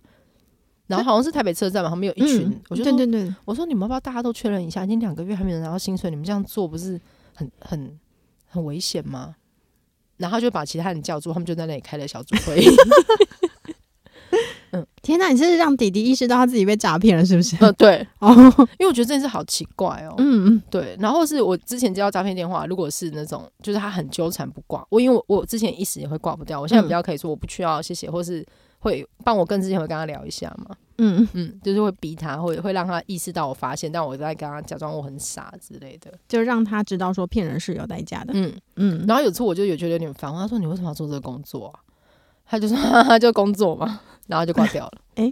然后好像是台北车站嘛，他们有一群，嗯我就对说对对，我说你们要不要大家都确认一下？已经两个月还没有拿到薪水，你们这样做不是很很很危险吗？然后他就把其他人叫住，他们就在那里开了小组会议。嗯，天哪，你是让弟弟意识到他自己被诈骗了，是不是？呃， 对， 哦，因为我觉得这件事好奇怪哦。嗯嗯，对，然后是我之前接到诈骗电话，如果是那种就是他很纠缠不挂，我因为我我之前一时也会挂不掉，我嗯现在比较可以说我不需要，谢谢，或是会帮我更之前会跟他聊一下嘛，嗯，嗯，就是会逼他，会会让他意识到我发现，但我在跟他假装我很傻之类的，就让他知道说骗人是有代价的。嗯，嗯，然后有次我就有觉得有点烦，我他说你为什么要做这个工作啊？他就说哈哈，就工作嘛，然后就挂掉了。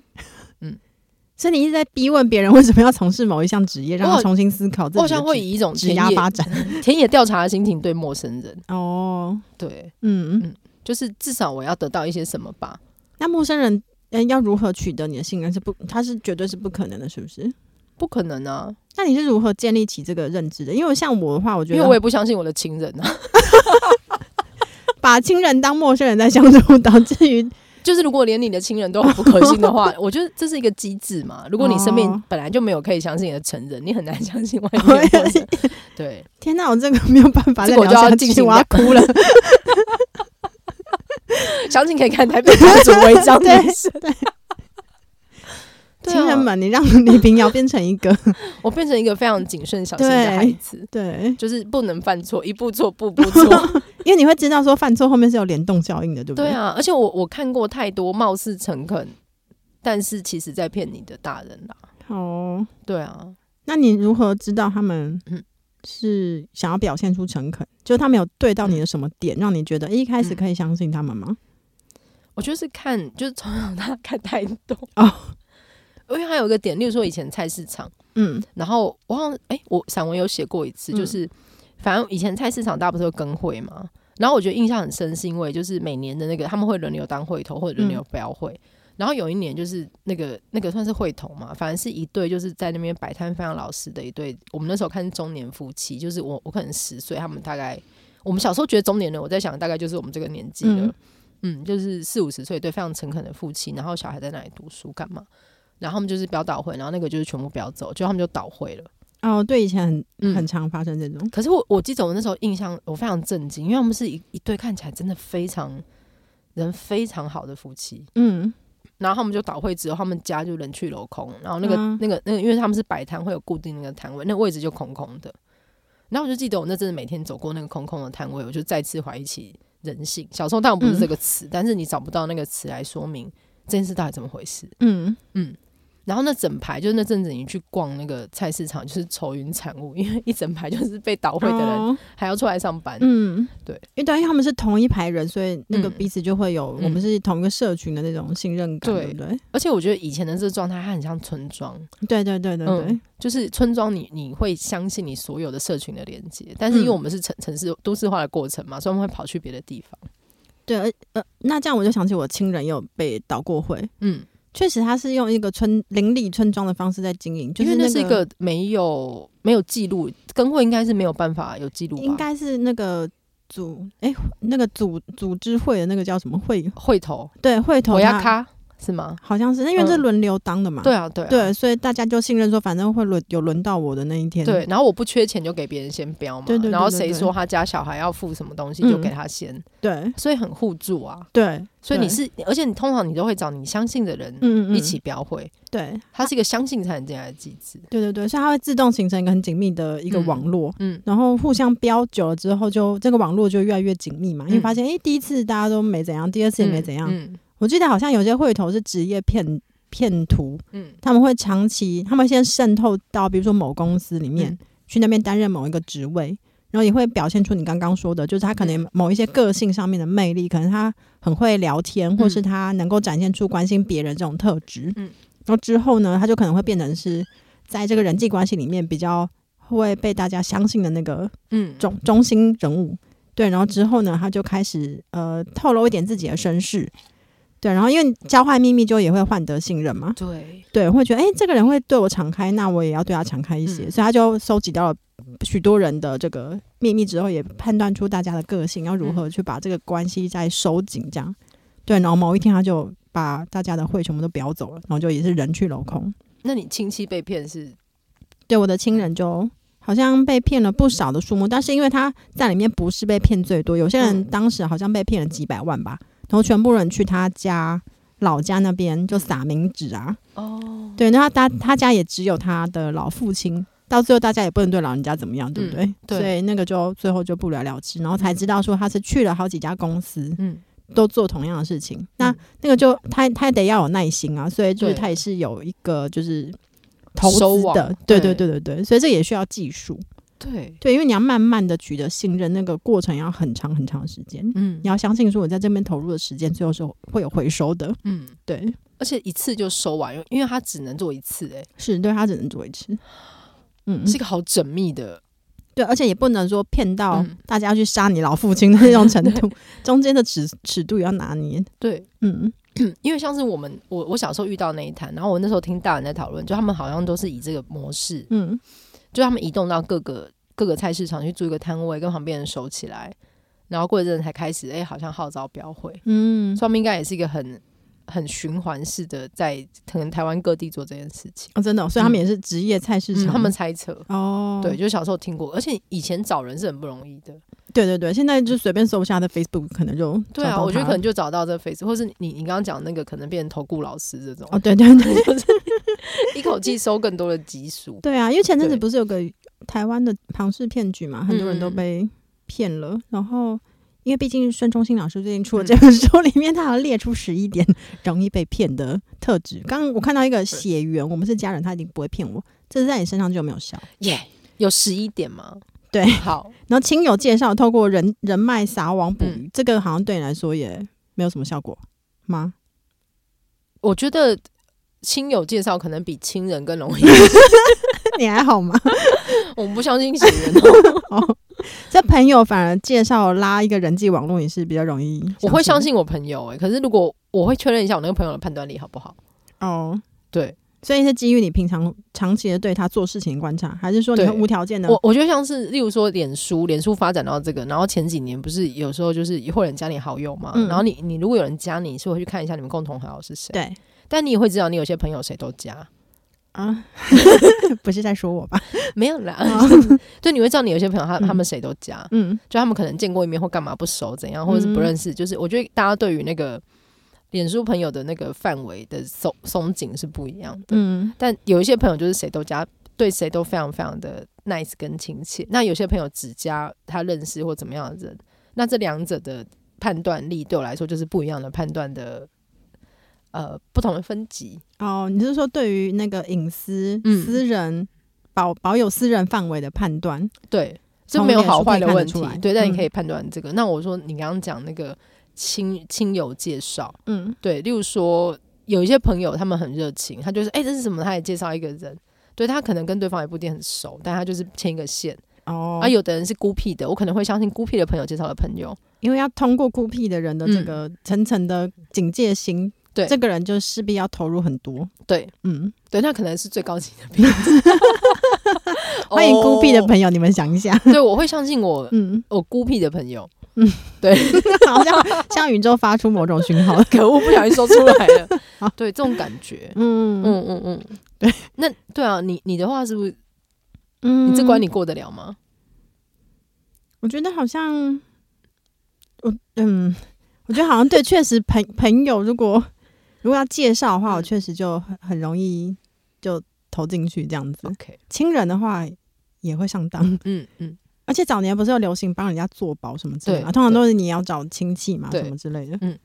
所以你一直在逼问别人为什么要从事某一项职业，让我他好重新思考自我己好像的会职以一种职田涯野 发展。田野调查的心情对陌生人，哦，对，嗯，嗯嗯就是至少我要得到一些什么吧。那陌生人。嗯，要如何取得你的信任是不，他是绝对是不可能的，是不是？不可能啊，那你是如何建立起这个认知的？因为像我的话，我觉因为我得也不相信我的情人啊。 把亲人当陌生人在相处，导致于就是如果连你的亲人都很不可信的 话，我觉得这是一个机制嘛。如果你身边哦本来就没有可以相信你的成人，你很难相信外 面的人。对，天哪，我这个没有办法再这个我聊就要下进去，行我要哭了。 相信可以看台 北公主违章对女生。对啊亲人们，你让李冰瑶变成一个 我变成一个非常谨慎小心的孩子，对，就是不能犯错，一步错步步 错。因为你会知道说犯错后面是有联动效应的，对不对对？啊，而且我我看过太多貌似诚恳，但是其实在骗你的大人啦。哦，对啊，那你如何知道他们嗯是想要表现出诚恳？就是他们有对到你嗯的什么点，让你觉得诶一开始可以相信他们吗？我就是看，就是从小到大看太多哦哦。因为还有一个点，例如说以前菜市场，嗯然后我好像哎、我散文有写过一次，嗯就是、反正以前菜市场大家不是有跟会嘛，然后我觉得印象很深，是因为就是每年的那个他们会轮流当会头或者轮流标会。然后有一年就是那个那个算是会头嘛，反正是一对就是在那边摆摊非常老实的一对。我们那时候看是中年夫妻，就是我我可能十岁，他们大概我们小时候觉得中年人，我在想大概就是我们这个年纪了，嗯就是四五十岁，对非常诚恳的夫妻，然后小孩在那里读书干嘛，然后他们就是标倒会，然后那个就是全部标走，就他们就倒会了。哦，对，以前很、嗯很常发生这种，可是我我记得我那时候印象我非常震惊，因为他们是一一对看起来真的非常人非常好的夫妻，嗯然后他们就倒会之后，他们家就人去楼空，然后那个、嗯那个那个，因为他们是摆摊会有固定那个摊位，那位置就空空的。然后我就记得我那阵子每天走过那个空空的摊位，我就再次怀疑起人性。小时候当然不嗯是这个词，但是你找不到那个词来说明这件事到底怎么回事。嗯，然后那整排就是那阵子你去逛那个菜市场，就是愁云惨雾，因为一整排就是被倒会的人、哦还要出来上班。嗯，对，因为对，因为他们是同一排人，所以那个嗯彼此就会有、嗯我们是同一个社群的那种信任感，对对不对？而且我觉得以前的这个状态，它很像村庄。对对对对对，嗯就是村庄你，你会相信你所有的社群的连接，但是因为嗯我们是城城市都市化的过程嘛，所以我们会跑去别的地方。对，而呃，那这样我就想起我亲人也有被倒过会，嗯，确实他是用一个村邻里村庄的方式在经营，就是、因为那那是一个没有没有记录，跟会应该是没有办法有记录吧？应该是那个组哎、那个组组织会的那个叫什么会？会头对，会头我要他咖是吗？好像是，那因为这嗯轮流当的嘛，对啊，对啊对，所以大家就信任说反正会轮有轮到我的那一天，对，然后我不缺钱就给别人先标嘛，对对对然后对谁对说他家小孩要付什么东西嗯就给他先，对所以很互助啊。对，嗯所以你对是，而且你通常你都会找你相信的人嗯嗯嗯一起标会，对它是一个相信才能进来的机制。对对对，所以它会自动形成一个很紧密的一个嗯网络。嗯，然后互相标久了之后就，这个网络就越来越紧密嘛，因为嗯发现诶，第一次大家都没怎样，第二次也没怎样，嗯我记得好像有些会头是职业骗骗徒，嗯，他们会长期，他们先渗透到比如说某公司里面、嗯去那边担任某一个职位，然后也会表现出你刚刚说的，就是他可嗯能某一些个性上面的魅力，可能他很会聊天，或是他能够展现出关心别人这种特质。嗯然后之后呢，他就可能会变成是在这个人际关系里面比较会被大家相信的那个嗯，中中心人物，对，然后之后呢，他就开始呃透露一点自己的身世，对，然后因为交换秘密就也会换得信任嘛，对，对，会觉得诶，哎这个人会对我敞开，那我也要对他敞开一些，嗯所以他就收集到了许多人的这个秘密之后，也判断出大家的个性，要如何去把这个关系再收紧，这样，对，然后某一天他就把大家的会全部都裱走了，然后就也是人去楼空，那你亲戚被骗是对我的亲人就好像被骗了不少的数目，但是因为他在里面不是被骗最多，有些人嗯当时好像被骗了几百万吧，然后全部人去他家，老家那边就撒冥纸啊。哦，对，那他他他家也只有他的老父亲，到最后大家也不能对老人家怎么样，对不对？嗯对所以那个就最后就不了了之，然后才知道说他是去了好几家公司，嗯，都做同样的事情。那嗯那个就他他也得要有耐心啊，所以就是对他也是有一个就是投收资网的，对对对对对对，所以这也需要技术，对，对，因为你要慢慢的取得信任，那个过程要很长很长的时间。嗯你要相信说，我在这边投入的时间，最后是会有回收的。嗯，对，而且一次就收完，因为因为他只能做一次、欸，是对他只能做一次。嗯，是一个好缜密的，对，而且也不能说骗到嗯大家去杀你老父亲的那种程度， 中间的尺尺度也要拿捏。对，嗯，因为像是我们我我小时候遇到那一摊，然后我那时候听大人在讨论，就他们好像都是以这个模式，嗯，就他们移动到各个各个菜市场去租一个摊位，跟旁边人熟起来，然后过一阵子才开始，哎、好像号召标会，嗯所以，他们应该也是一个很很循环式的，在可能台湾各地做这件事情。哦，真的哦、所以他们也是职业菜市嗯，场。他们猜测，哦，对，就小时候听过，而且以前找人是很不容易的。对对对，现在就随便搜一下他的 Facebook，可能就对找啊，到我觉得他可能就找到这 face，或是你你刚刚讲那个可能变成投顾老师这种，哦，对对 对一口气收更多的集数。对啊，因为前阵子对不是有个台湾的庞氏骗局嘛，很多人都嗯被骗了，然后。因为毕竟孙中兴老师最近出了 这本书，里面他有列出十一点容易被骗的特质。刚刚我看到一个血缘，我们是家人，他一定不会骗我，这是在你身上就没有效。耶、有十一点吗？对 好，然后亲友介绍，透过人人脉撒网捕嗯鱼，这个好像对你来说也没有什么效果吗？ 我觉得亲友介绍可能比亲人更 容易。你还好吗？我们不相信血缘哦，哦， 这朋友反而介绍拉一个人际网络也是比较容易，我会相信我朋友哎、可是如果我会确认一下我那个朋友的判断力好不好？哦。对所以是基于你平常长期的对他做事情的观察，还是说你会对无条件的？我，我觉得像是例如说脸书，脸书发展到这个，然后前几年不是有时候就是会有人加你好友嘛，嗯然后你你如果有人加你，是会去看一下你们共同好友是谁，对但你也会知道你有些朋友谁都加， 啊，不是在说我吧？没有 啦，就你会知道你有些朋友他嗯他们谁都加，嗯，就他们可能见过一面或干嘛不熟怎样，或者是不认识，就是我觉得大家对于那个脸书朋友的那个范围的松松紧是不一样的。嗯，但有一些朋友就是谁都加，对谁都非常非常的 nice 跟亲切。那有些朋友只加他认识或怎么样的人，那这两者的判断力对我来说就是不一样的判断的，呃，不同的分级。哦，你是说对于那个隐私、嗯私人保保有私人范围的判断？对，就从没有脸书好坏的可以看得问出题来。对，但你嗯可以判断这个。那我说你刚刚讲那个亲亲友介绍，嗯对，例如说有一些朋友他们很热情，他就是哎、这是什么，他也介绍一个人。对他可能跟对方也不一定很熟，但他就是牵一个线。哦，啊，有的人是孤僻的，我可能会相信孤僻的朋友介绍的朋友。因为要通过孤僻的人的这个层层的警戒心，嗯对这个人就势必要投入很多。对嗯，对，那可能是最高级的品质。 哦欢迎孤僻的友。朋友，你们想一下。对，我会相信我嗯，我孤僻的朋友。好像向宇宙发出某种讯号。 可恶，不小心说出来了 好。对，这种感觉。嗯 嗯嗯嗯，对。那对啊，你你的话是不是嗯你这关你过得了吗？我觉得好像，我嗯，我觉得好像对，确实朋朋友如果如果要介绍的话，嗯我确实就很很容易就投进去这样子。 OK，亲人的话也会上当，嗯嗯，而且早年不是有流行帮人家做保什么之类的嘛，对通常都是你要找亲戚嘛对什么之类的。嗯，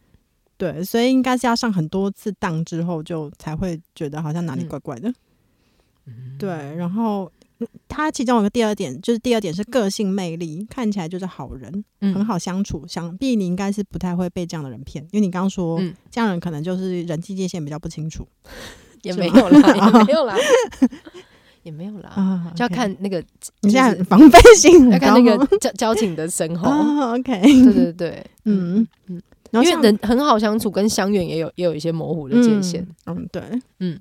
对，所以应该是要上很多次当之后，就才会觉得好像哪里怪怪的。嗯对，然后。嗯他其中有个第二点，就是第二点是个性魅力，看起来就是好人。嗯很。好相处，想必你应该是不太会被这样的人骗，因为你刚刚说、嗯这样的人可能就是人际界限比较不清楚也是没吗有 啦，也没有啦，也没有啦，啊就要看那个，你现就在是很防备心 要很看高那吗，个交交情的深厚。嗯 啊，OK，对对对，嗯嗯，然后因像为人很好相处，跟相远也有也有一些模糊的界限。嗯，嗯，对，嗯，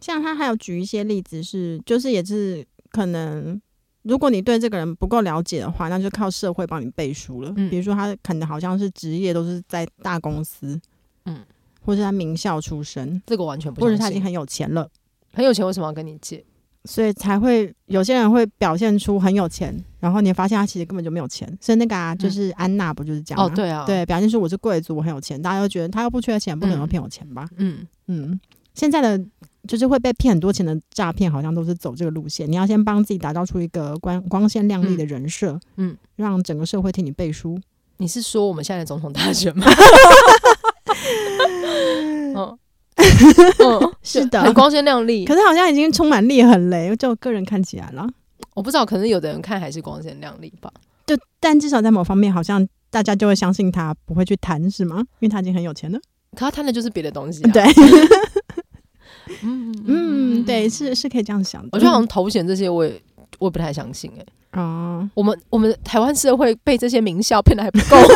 像他还有举一些例子是，就是也是可能。如果你对这个人不够了解的话，那就靠社会帮你背书了。嗯比如说，他可能好像是职业都是在大公司，嗯，或是他名校出身，这个我完全不或者相他已经信。很有钱了，很有钱，为什么要跟你借？所以才会有些人会表现出很有钱，然后你发现他其实根本就没有钱。所以那个啊，就是安娜不就是这样吗？嗯哦，对啊，，对，表现出我是贵族，我很有钱，大家都觉得他又不缺钱，不可能会骗我钱吧？嗯，嗯现在的就是会被骗很多钱的诈骗，好像都是走这个路线。你要先帮自己打造出一个光光鲜亮丽的人设，嗯嗯让整个社会替你背书。你是说我们现在的总统大选吗？ 嗯嗯，是 的很光鲜亮丽可。是好像已经充满裂痕嘞，就我个人看起来啦。我不知道，可能有的人看还是光鲜亮丽吧。就但至少在某方面，好像大家就会相信他，不会去谈，是吗？因为他已经很有钱了。可他贪的就是别的东西、啊。 对，嗯，嗯嗯，对，是是可以这样想的。我觉得好像头衔这些，我也我也不太相信哎、 哦，我们我们台湾社会被这些名校骗的还不够 吗？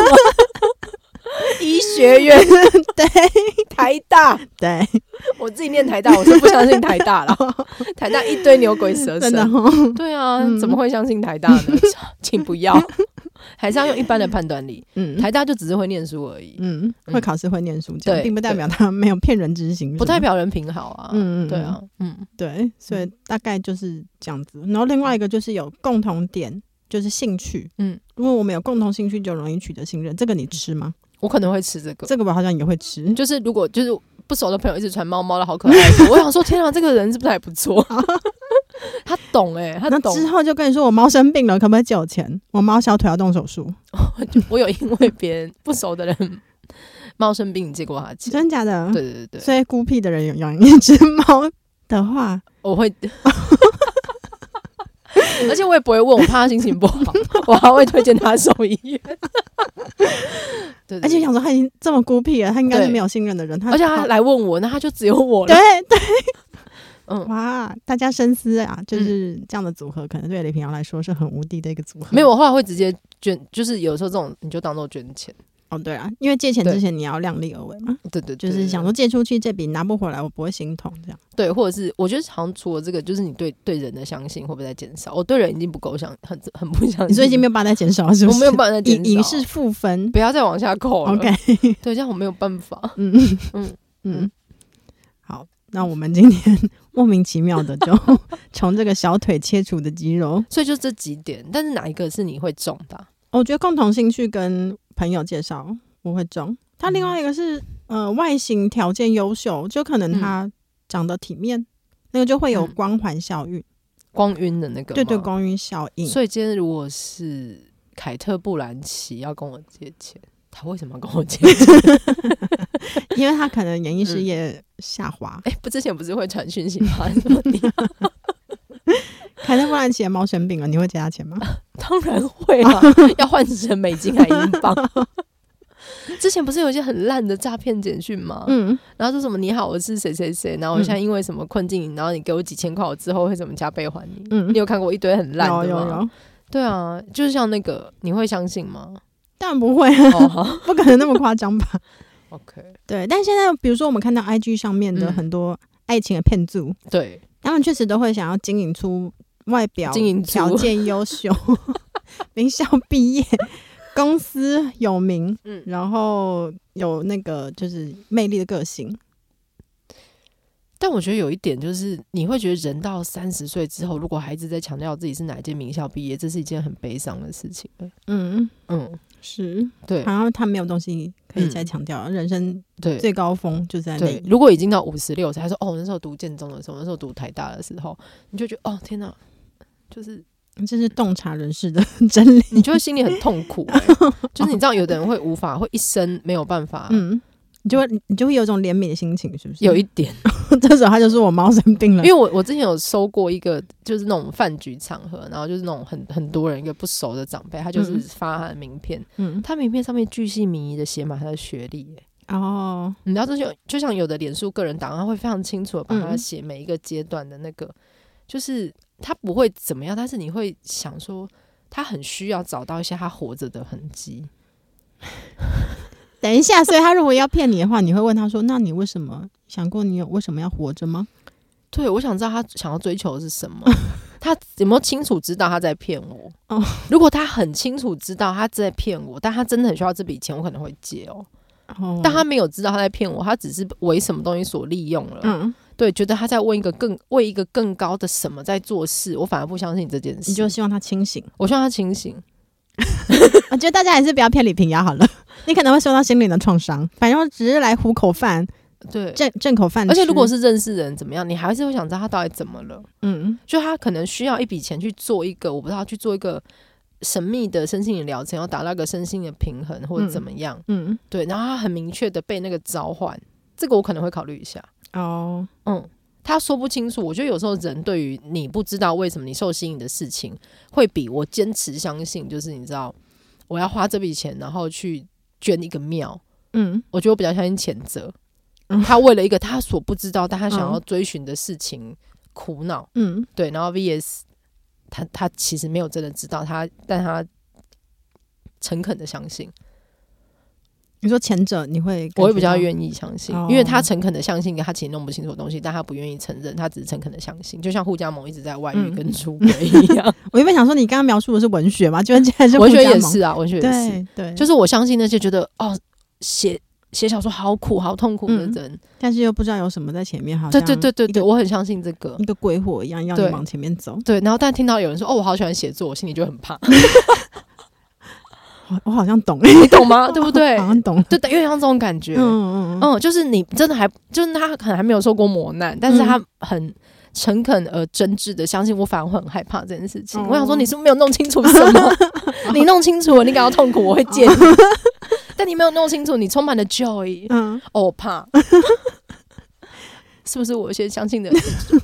医学院、对台大，对，我自己念台大，我是不相信台大 了。台大一堆牛鬼蛇哦真的 神，哦，对啊，嗯怎么会相信台大 呢？请不要，还是要用一般的判断力。嗯，台大就只是会念书而已，嗯，会考试会念书，这样对并不代表他没有骗人之心，不是吗代表人品好啊。嗯嗯嗯对啊，嗯，对，所以大概就是这样子。然后另外一个就是有共同点，就是兴趣，嗯，如果我们有共同兴趣，就容易取得信任。这个你吃吗？我可能会吃这个。这个我好像也会吃，就是如果就是不熟的朋友一直传猫猫的好可爱的 时候，我想说天啊，这个人是不是还不错？他懂哎、他那懂。之后就跟你说我猫生病了，可不可以借我钱？我猫小腿要动手术， 我有因为别人不熟的人猫生病借过他钱，真的假的？对对对对，所以孤僻的人有养一只猫的话，我会。 而且我也不会问，我怕他心情不 好，我还会推荐他送医院。对，对而且想说他已经这么孤僻了，他应该对是没有信任的人，他而且他来问我，那他就只有我 对了。对，嗯哇，大家深思啊，就是这样的组合，可能对李平遥来说是很无敌的一个组合。没有，我后来会直接捐，就是有时候这种你就当做捐钱。哦，对啊，因为借钱对之前你要量力而为嘛，对对，对就是想说借出去这笔拿不回来，我不会心痛这样。对，或者是我觉得好像除了这个，就是你对对人的相信会不会在减少？我对人已经不够相，很很不相信。你说已经没有办法再减少了，是不嗯我是？没有办法再以减少，以是负 分。不要再往下扣了。 OK，对，这样我没有办法。嗯嗯嗯嗯，好，那我们今天 莫名其妙的就 从这个小腿切除的肌肉，所以就这几点，但是哪一个是你会中的啊、我觉得共同兴趣跟朋友介绍我会中。他另外一个是嗯呃外形条件优秀，就可能他长得体面，那个就会有嗯光环效应，嗯光晕的那个吗？对对，光晕效应。所以今天如果是凯特·布兰奇要跟我借钱，他为什么要跟我借 钱？因为他可能演艺嗯事业下滑。哎、不，之前不是会传讯息 吗？什么你凯特·布兰奇的猫生病了，你会借 他钱吗？当然会 啊，要换成美金还英镑。 之前不是有一些很烂的诈骗简讯吗？嗯，然后说什么你好，我是谁谁谁，然后我现在因为什么困境，然后你给我几千块，我之后会怎么加倍还你？嗯你有看过一堆很烂的吗？有有有，对啊，就是像那个，你会相信 吗？但不会，啊哦，好 不可能那么夸张 吧？ ，OK，对，但现在比如说我们看到 IG 上面的嗯很多爱情的骗组，对，他们确实都会想要经营出外表经营出条件优秀、 名校毕业、公司有名，嗯然后有那个就是魅力的个性。但我觉得有一点就是，你会觉得人到三十岁之后，如果还一直在强调自己是哪一间名校毕业，这是一件很悲伤的事情。嗯，嗯，是，对然后他没有东西可以再强调了，人生嗯对最高峰就在那对。里。如果已经到五十六岁，他说哦，那时候读建中的时候，那时候读台大的时候，你就觉得哦，天哪，就是这是洞察人世的 真理。你就会心里很痛苦、 欸就是你知道，有的人会无法，会一生没有办法。嗯，你就会你就会有一种怜悯的心情，是不是？啊有一点， 这时候他就说我猫生病了因，为我我之前有收过一个，就是那种饭局场合，然后就是那种很很多人一个不熟的长辈，他就是嗯发他的名片，嗯，他名片上面巨细靡遗的写满他的学历、欸，然后你知道，这就就像有的脸书个人档案会非常清楚的把他嗯写每一个阶段的那个，就是他不会怎么样，但是你会想说，他很需要找到一些他活着的痕迹。等一下，所以他如果要骗你的话，你会问他说：“那你为什么想过你有为什么要活着吗对，我想知道他想要追求的是什 么，他有没有清楚知道他在骗我？哦如果他很清楚知道他在骗我，但他真的很需要这笔钱，我可能会借哦。？”哦但他没有知道他在骗我，他只是为什么东西所利用了。嗯，对，觉得他在问一个更为一个更高的什么在做事，我反而不相信这件事。你就希望他清 醒。我希望他清醒，我觉得大家还是不要骗李平遥好了，你可能会受到心灵的创伤。反正只是来糊口饭，对。挣挣口饭吃。而且如果是认识人怎么样，你还是会想知道他到底怎么了。嗯，就他可能需要一笔钱去做一个，我不知道去做一个神秘的身心灵疗程，要达到一个身心的平衡或者怎么样。嗯对，然后他很明确的被那个召唤，这个我可能会考虑一下。哦，嗯，他说不清楚。我觉得有时候人对于你不知道为什么你受吸引的事情，会比我坚持相信，就是你知道，我要花这笔钱，然后去捐一个庙。嗯我觉得我比较相信谴责嗯，他为了一个他所不知道但他想要嗯追寻的事情苦恼。嗯对，然后 VS 他他其实没有真的知道他，但他诚恳的相信，你说前者你会感觉到，我会比较愿意相信，因为他哦诚恳的相信，他其实弄不清楚的东西，但他不愿意承认，他只是诚恳的相信，就像互加盟一直在外遇嗯跟出轨一样，我原本想说你刚刚描述的是文 学嘛，居然竟然是文学互加也盟，是啊，文学也是，对对，就是我相信那些觉得哦写。写小说好苦，好痛苦的嗯人，但是又不知道有什么在前面，好像对对对对一对，个我很相信这个。一个鬼火一样要你对往前面走。对，然后但听到有人说哦，我好喜欢写作，我心里就很 怕，我我好像懂，你懂吗？ 对不对？ 好像懂。对，有点像这种感觉。嗯嗯嗯，嗯，就是你真的还就是他可能还没有受过磨难，但是嗯他很诚恳而真挚的相信，我反而会很害怕这件事情。哦我想说，你是不是没有弄清楚什么？你弄清楚了，你感到痛苦，我会见你。但你没有弄清楚，你充满了 joy，嗯， 哦，我怕。是不是我先相信的？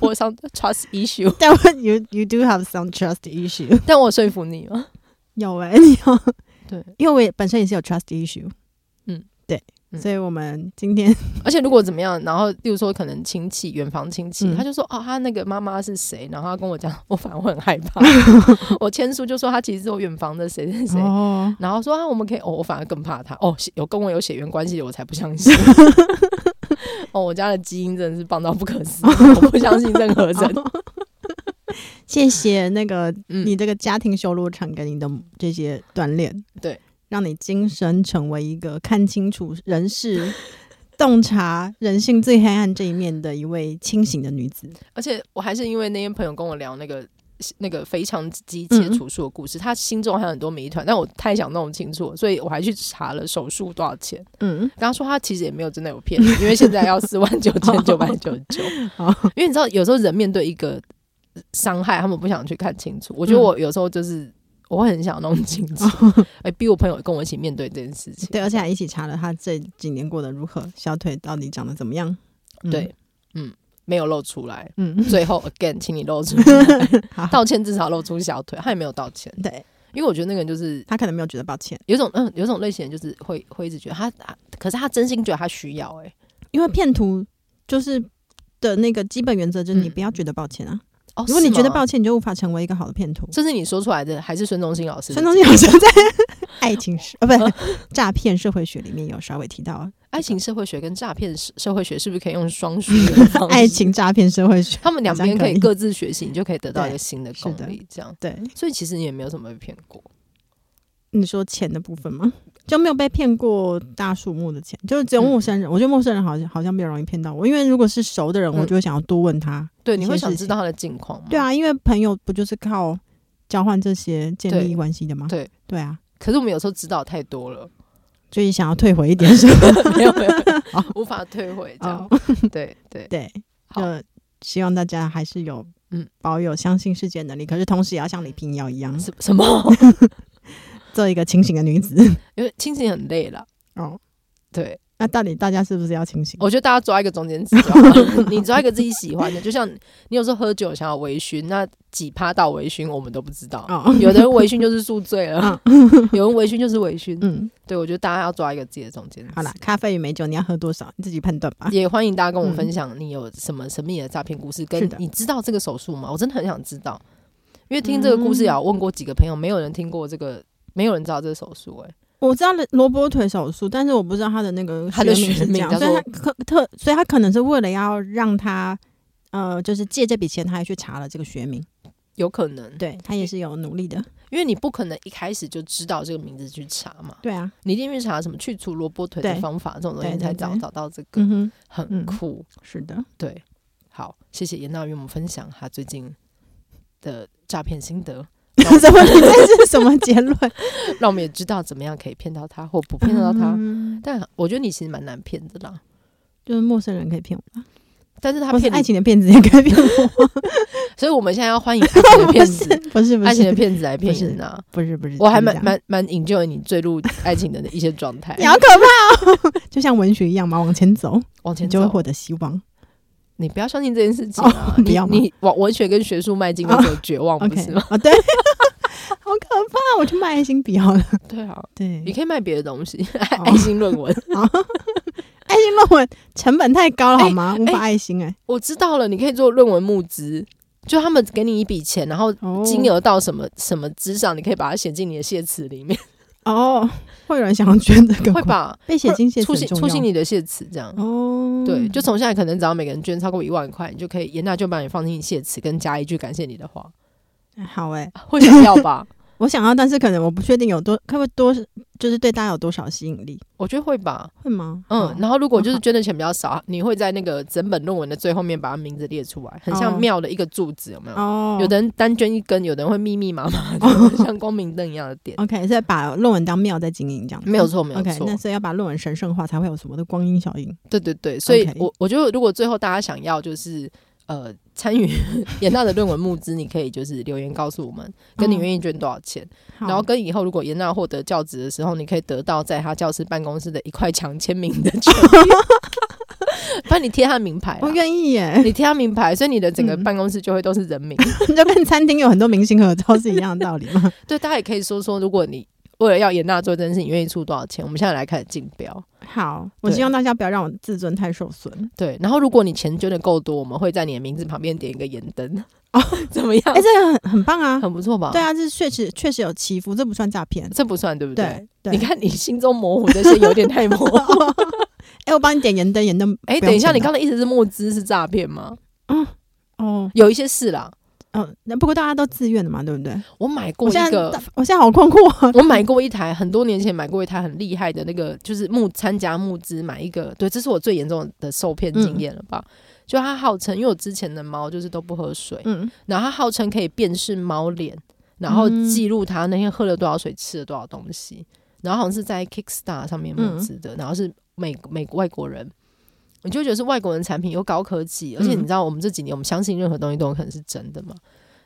我上 trust issue，但我 you you do have some trust issue。但我说服你哦了。有哎、 你有对，因为我也本身也是有 trust issue。嗯，对，嗯所以我们今天而且如果怎么样，然后例如说可能亲戚、远房亲戚，嗯他就说哦，他那个妈妈是谁，然后他跟我讲，我反而会很害 怕。我签书就说他其实是我远房的谁谁谁， 哦，然后说啊，我们可以，哦，我反而更怕他。哦，血有跟我有血缘关系的，我才不相 信。哦，我家的基因真的是棒到不可思 议，我不相信任何人。哦谢谢那个你嗯，这个家庭修罗场给你的这些锻炼，对，让你今生成为一个看清楚人世、洞察人性最黑暗这一面的一位清醒的女子。而且我还是因为那天朋友跟我聊那个。那个非常机嗯切除术的故事，他心中还有很多谜团，但我太想弄清楚了，所以我还去查了手术多少钱。嗯，刚刚说他其实也没有真的有 骗你，因为现在要四万九千九百九十九。好，因为你知道，有时候人面对一个伤害，他们不想去看清楚。我觉得我有时候就是、我会很想弄清楚，嗯 哎、逼我朋友跟我一起面对这件事情。对，而且还一起查了她这几年过得如何，小腿到底长得怎么样？嗯对，，嗯，没有露出来。嗯，最后 again，请你露 出来好道歉，至少露出小腿。他也没有道歉，对因为我觉得那个人就是她可能没有觉得抱歉，有一种嗯，有一种类型人就是会会一直觉得他，他可是他真心觉得他需要、哎，因为骗图就是的那个基本原则就是你嗯不要觉得抱歉啊。哦，如果你是吗觉得抱歉，你就无法成为一个好的骗徒。这是你说出来的，还是孙中兴老师的孙中信好像在爱情史 啊，不哦是诈骗社会学里面有稍微提到啊爱情社会学跟诈骗社社会学是不是可以用双输赢的方式爱情，诈骗社会学。他们两边可好像可以以各自学习，你就可以得到对一个新的是功的力。这样，对，所以其实你也没有什么被骗过。你说钱的部分吗？就没有被骗过大数目的钱，就是只有陌生人。我觉得陌生人好像好像比较容易骗到我，因为如果是熟的人，嗯我就会想要多问他。对，你一些会想事知情道他的近况吗？对。啊，因为朋友不就是靠交换这些建立对关系的吗？对对啊，可是我们有时候知道太多 了，所以想要退回一 点是吧没有没有，无法退回这样哦。，对对，对，好就希望大家还是有嗯嗯嗯保有相信世界的能力，可是同时也要像李平遥一样，什什么？做一个清醒的 女子。因为清醒很累了。哦，对，那到底大家是不是要清醒？我觉得大家抓一个中间值就好 了，你抓一个自己喜欢的，就像你有时候喝酒想要微醺，那几趴到微醺我们都不知道。哦，有的人 微醺就是宿醉了，有人微醺就是微醺。嗯，对，我觉得大家要抓一个自己的中间值。好啦，咖啡与美酒你要喝多少，你自己判断吧。嗯也欢迎大家跟我嗯分享你有什么神秘的诈骗故事，是跟的你知道这个手术吗？我真的很想知道，因为听这个故嗯事也有问过几个朋友，没有人听过这个，没有人知道这个手术、欸，我知道了萝卜腿手术，但是我不知道他的那个它的学名学是这名样，叫所以做他可特，所以他可能是为了要让他。呃，就是借这笔钱，他还去查了这个学名，有可能，对他也是有努力的。因为你不可能一开始就知道这个名字去查嘛，对啊，你一定去查什么去除萝卜腿的对方法这种东西，对你才对找对找到这个，嗯哼，很嗯酷，是的，对。好，谢谢严娜与我们分享她最近的诈骗心得， 怎么？你这是什么结论？让我们也知道怎么样可以骗到他或不骗到他。嗯但我觉得你其实蛮难骗的啦，就是陌生人可以骗我，但是他或是骗爱你，情的骗子也可以骗 我。所以我们现在要 欢迎爱情的骗不是子，不是不爱情的是骗子来骗不是人呐、不是不是，我还不是蛮这样蛮蛮 enjoy 你坠入爱情的一些状态你，好可怕哦，就像文学一样嘛，往前走，往前你就会走。获得希望。你不要相信这件事情 啊！哦你不要吗哦你往文学跟学术迈进，那就有绝望，不 OK 是吗？ 啊，对，好可怕，我去卖爱心笔好了。对啊，对你，可以卖别的东西，哦爱心论文。爱心论文成本太高了好吗？无哎法爱心哎，我知道了，你可以做论文募资，就他们给你一笔钱，然后哦金额到什么什么之上，你可以把它写进你的谢词里面，哦，会有人想要捐这个吗会吧？被写进谢词促很进重促进要你的谢词，这样。哦，对，就从现在可能只要每个人捐超过一万块，你就可以严娜就把你放进谢词，跟加一句感谢你的话，好哎，会想要 吧？我想要，但是可能我不确定有多，可不可以多，就是对大家有多少吸引力，我觉得会吧。会吗？嗯好，然后如果就是捐的钱比较少，你会在那个整本论文的最后面把它名字列出来，很像哦庙的一个柱子，有没有？哦，有的人单捐一根，有的人会密密麻麻的，像光明灯一样的点。 OK，所以把论文当庙在经营这样子，没有错没有哦 OK，错那所以要把论文神圣化，才会有什么的光阴效应。对对对，所以 OK 我我觉得如果最后大家想要就是呃参与 严娜的论文募资，你可以就是留言告诉我们，跟你愿意捐多少钱，然后嗯好跟以后如果严娜获得教职的时候，你可以得到在她教师办公室的一块墙签名的权 利，帮你贴她的名牌啊、我愿意耶， 你贴她名牌，所以你的整个嗯办公室就会都是人名。 就跟餐厅有很多明星合照是一样的道理嘛。对，大家也可以说说，如果你为了要严娜做这件事，你愿意出多少钱？我们现在来开始竞标。好，我对希望大家不要让我自尊太受损。对，然后如果你钱捐的够多，我们会在你的名字旁边点一个盐灯。哦， 怎么样？哎，这个很很棒啊， 很不错吧？对，啊，这确实确实有起伏，这不算诈骗。这不算对不对？对你，对看你心中模糊这些有点太模 糊。哎，我帮你点盐灯，盐灯。哎，不用等一下，钱你的刚才意思是募资是诈骗吗？哦有一些是啦，哦，那不过大家都自愿的嘛，对不对？我买过我一现在个，，Oh 我现在好困惑啊。我买过一台，很多年前买过一台很厉害的那个，就是募参加募资买一个，对，这是我最严重的受骗经验了吧？就它号称，因为我之前的猫就是都不喝水， 嗯，然后它号称可以辨识猫脸，然后嗯记录它那天喝了多少水，吃了多少东西。然后好像是在 Kickstar 上面募资嗯的，然后是美美外国人，你就觉得是外国人产品有高科技，嗯而且你知道我们这几年我们相信任何东西都有可能是真的嘛。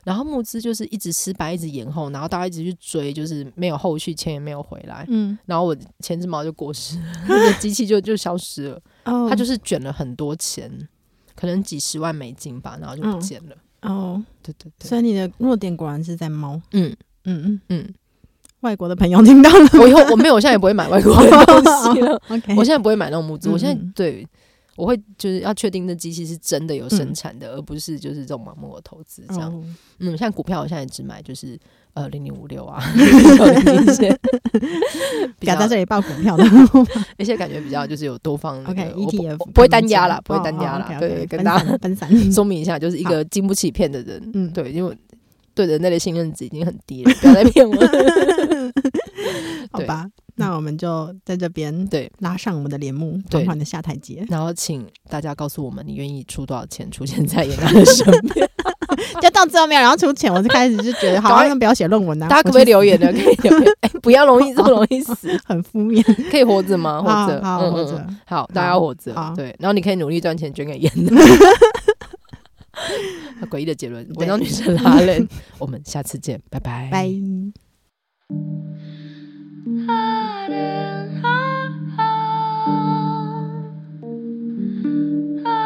然后募资就是一直失败，一直延后，然后大家一直去追，就是没有后续，钱也没有回来。嗯，然后我前只猫就过世了，那个机器就就消失了，哦，它就是卷了很多钱，可能几十万美金吧，然后就不见了。哦，对对对，嗯所以你的弱点果然是在猫。嗯嗯嗯，嗯，外国的朋友听到 了我以后我没有，我现在也不会买外 国的东西了。 ，OK，我现在不会买那种木质，我现在哎嗯对我会就是要确定那机器是真的有生产的，而不是就是这种盲目的投资这样。嗯哦嗯，像股票我现在只买就是呃零零五六 啊，零一些不要在这里，里报股 票的一些感觉比较就是有多方那个 OK E 我不 ETF 我不会单压啦，不会单压哦啦， ，OK，OK，对对，跟分大家散分散。 说明一下，就是一个经不起骗的人，嗯对，因为对人类的信任值已经很低了， 不要再骗我。好吧，那我们就在这边对拉上我们的帘幕，对，缓缓的下台阶然后请大家告诉我们，你愿意出多少钱出现在严娜的身边。就到最后面，然后出钱，我就开始就觉 得，好赶快啊，那不要写论文啊，大家可不可以留言呢？可以 留言，哎、不要容易这么容易 死，很负面，哦可以活着吗？活着，好好嗯活。嗯着嗯，好，大家活着好，对，然后你可以努力赚钱捐给严 的。好诡异的结论，对文章女生拉链，我们下次见，拜拜，拜。啊啊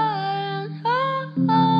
啊啊！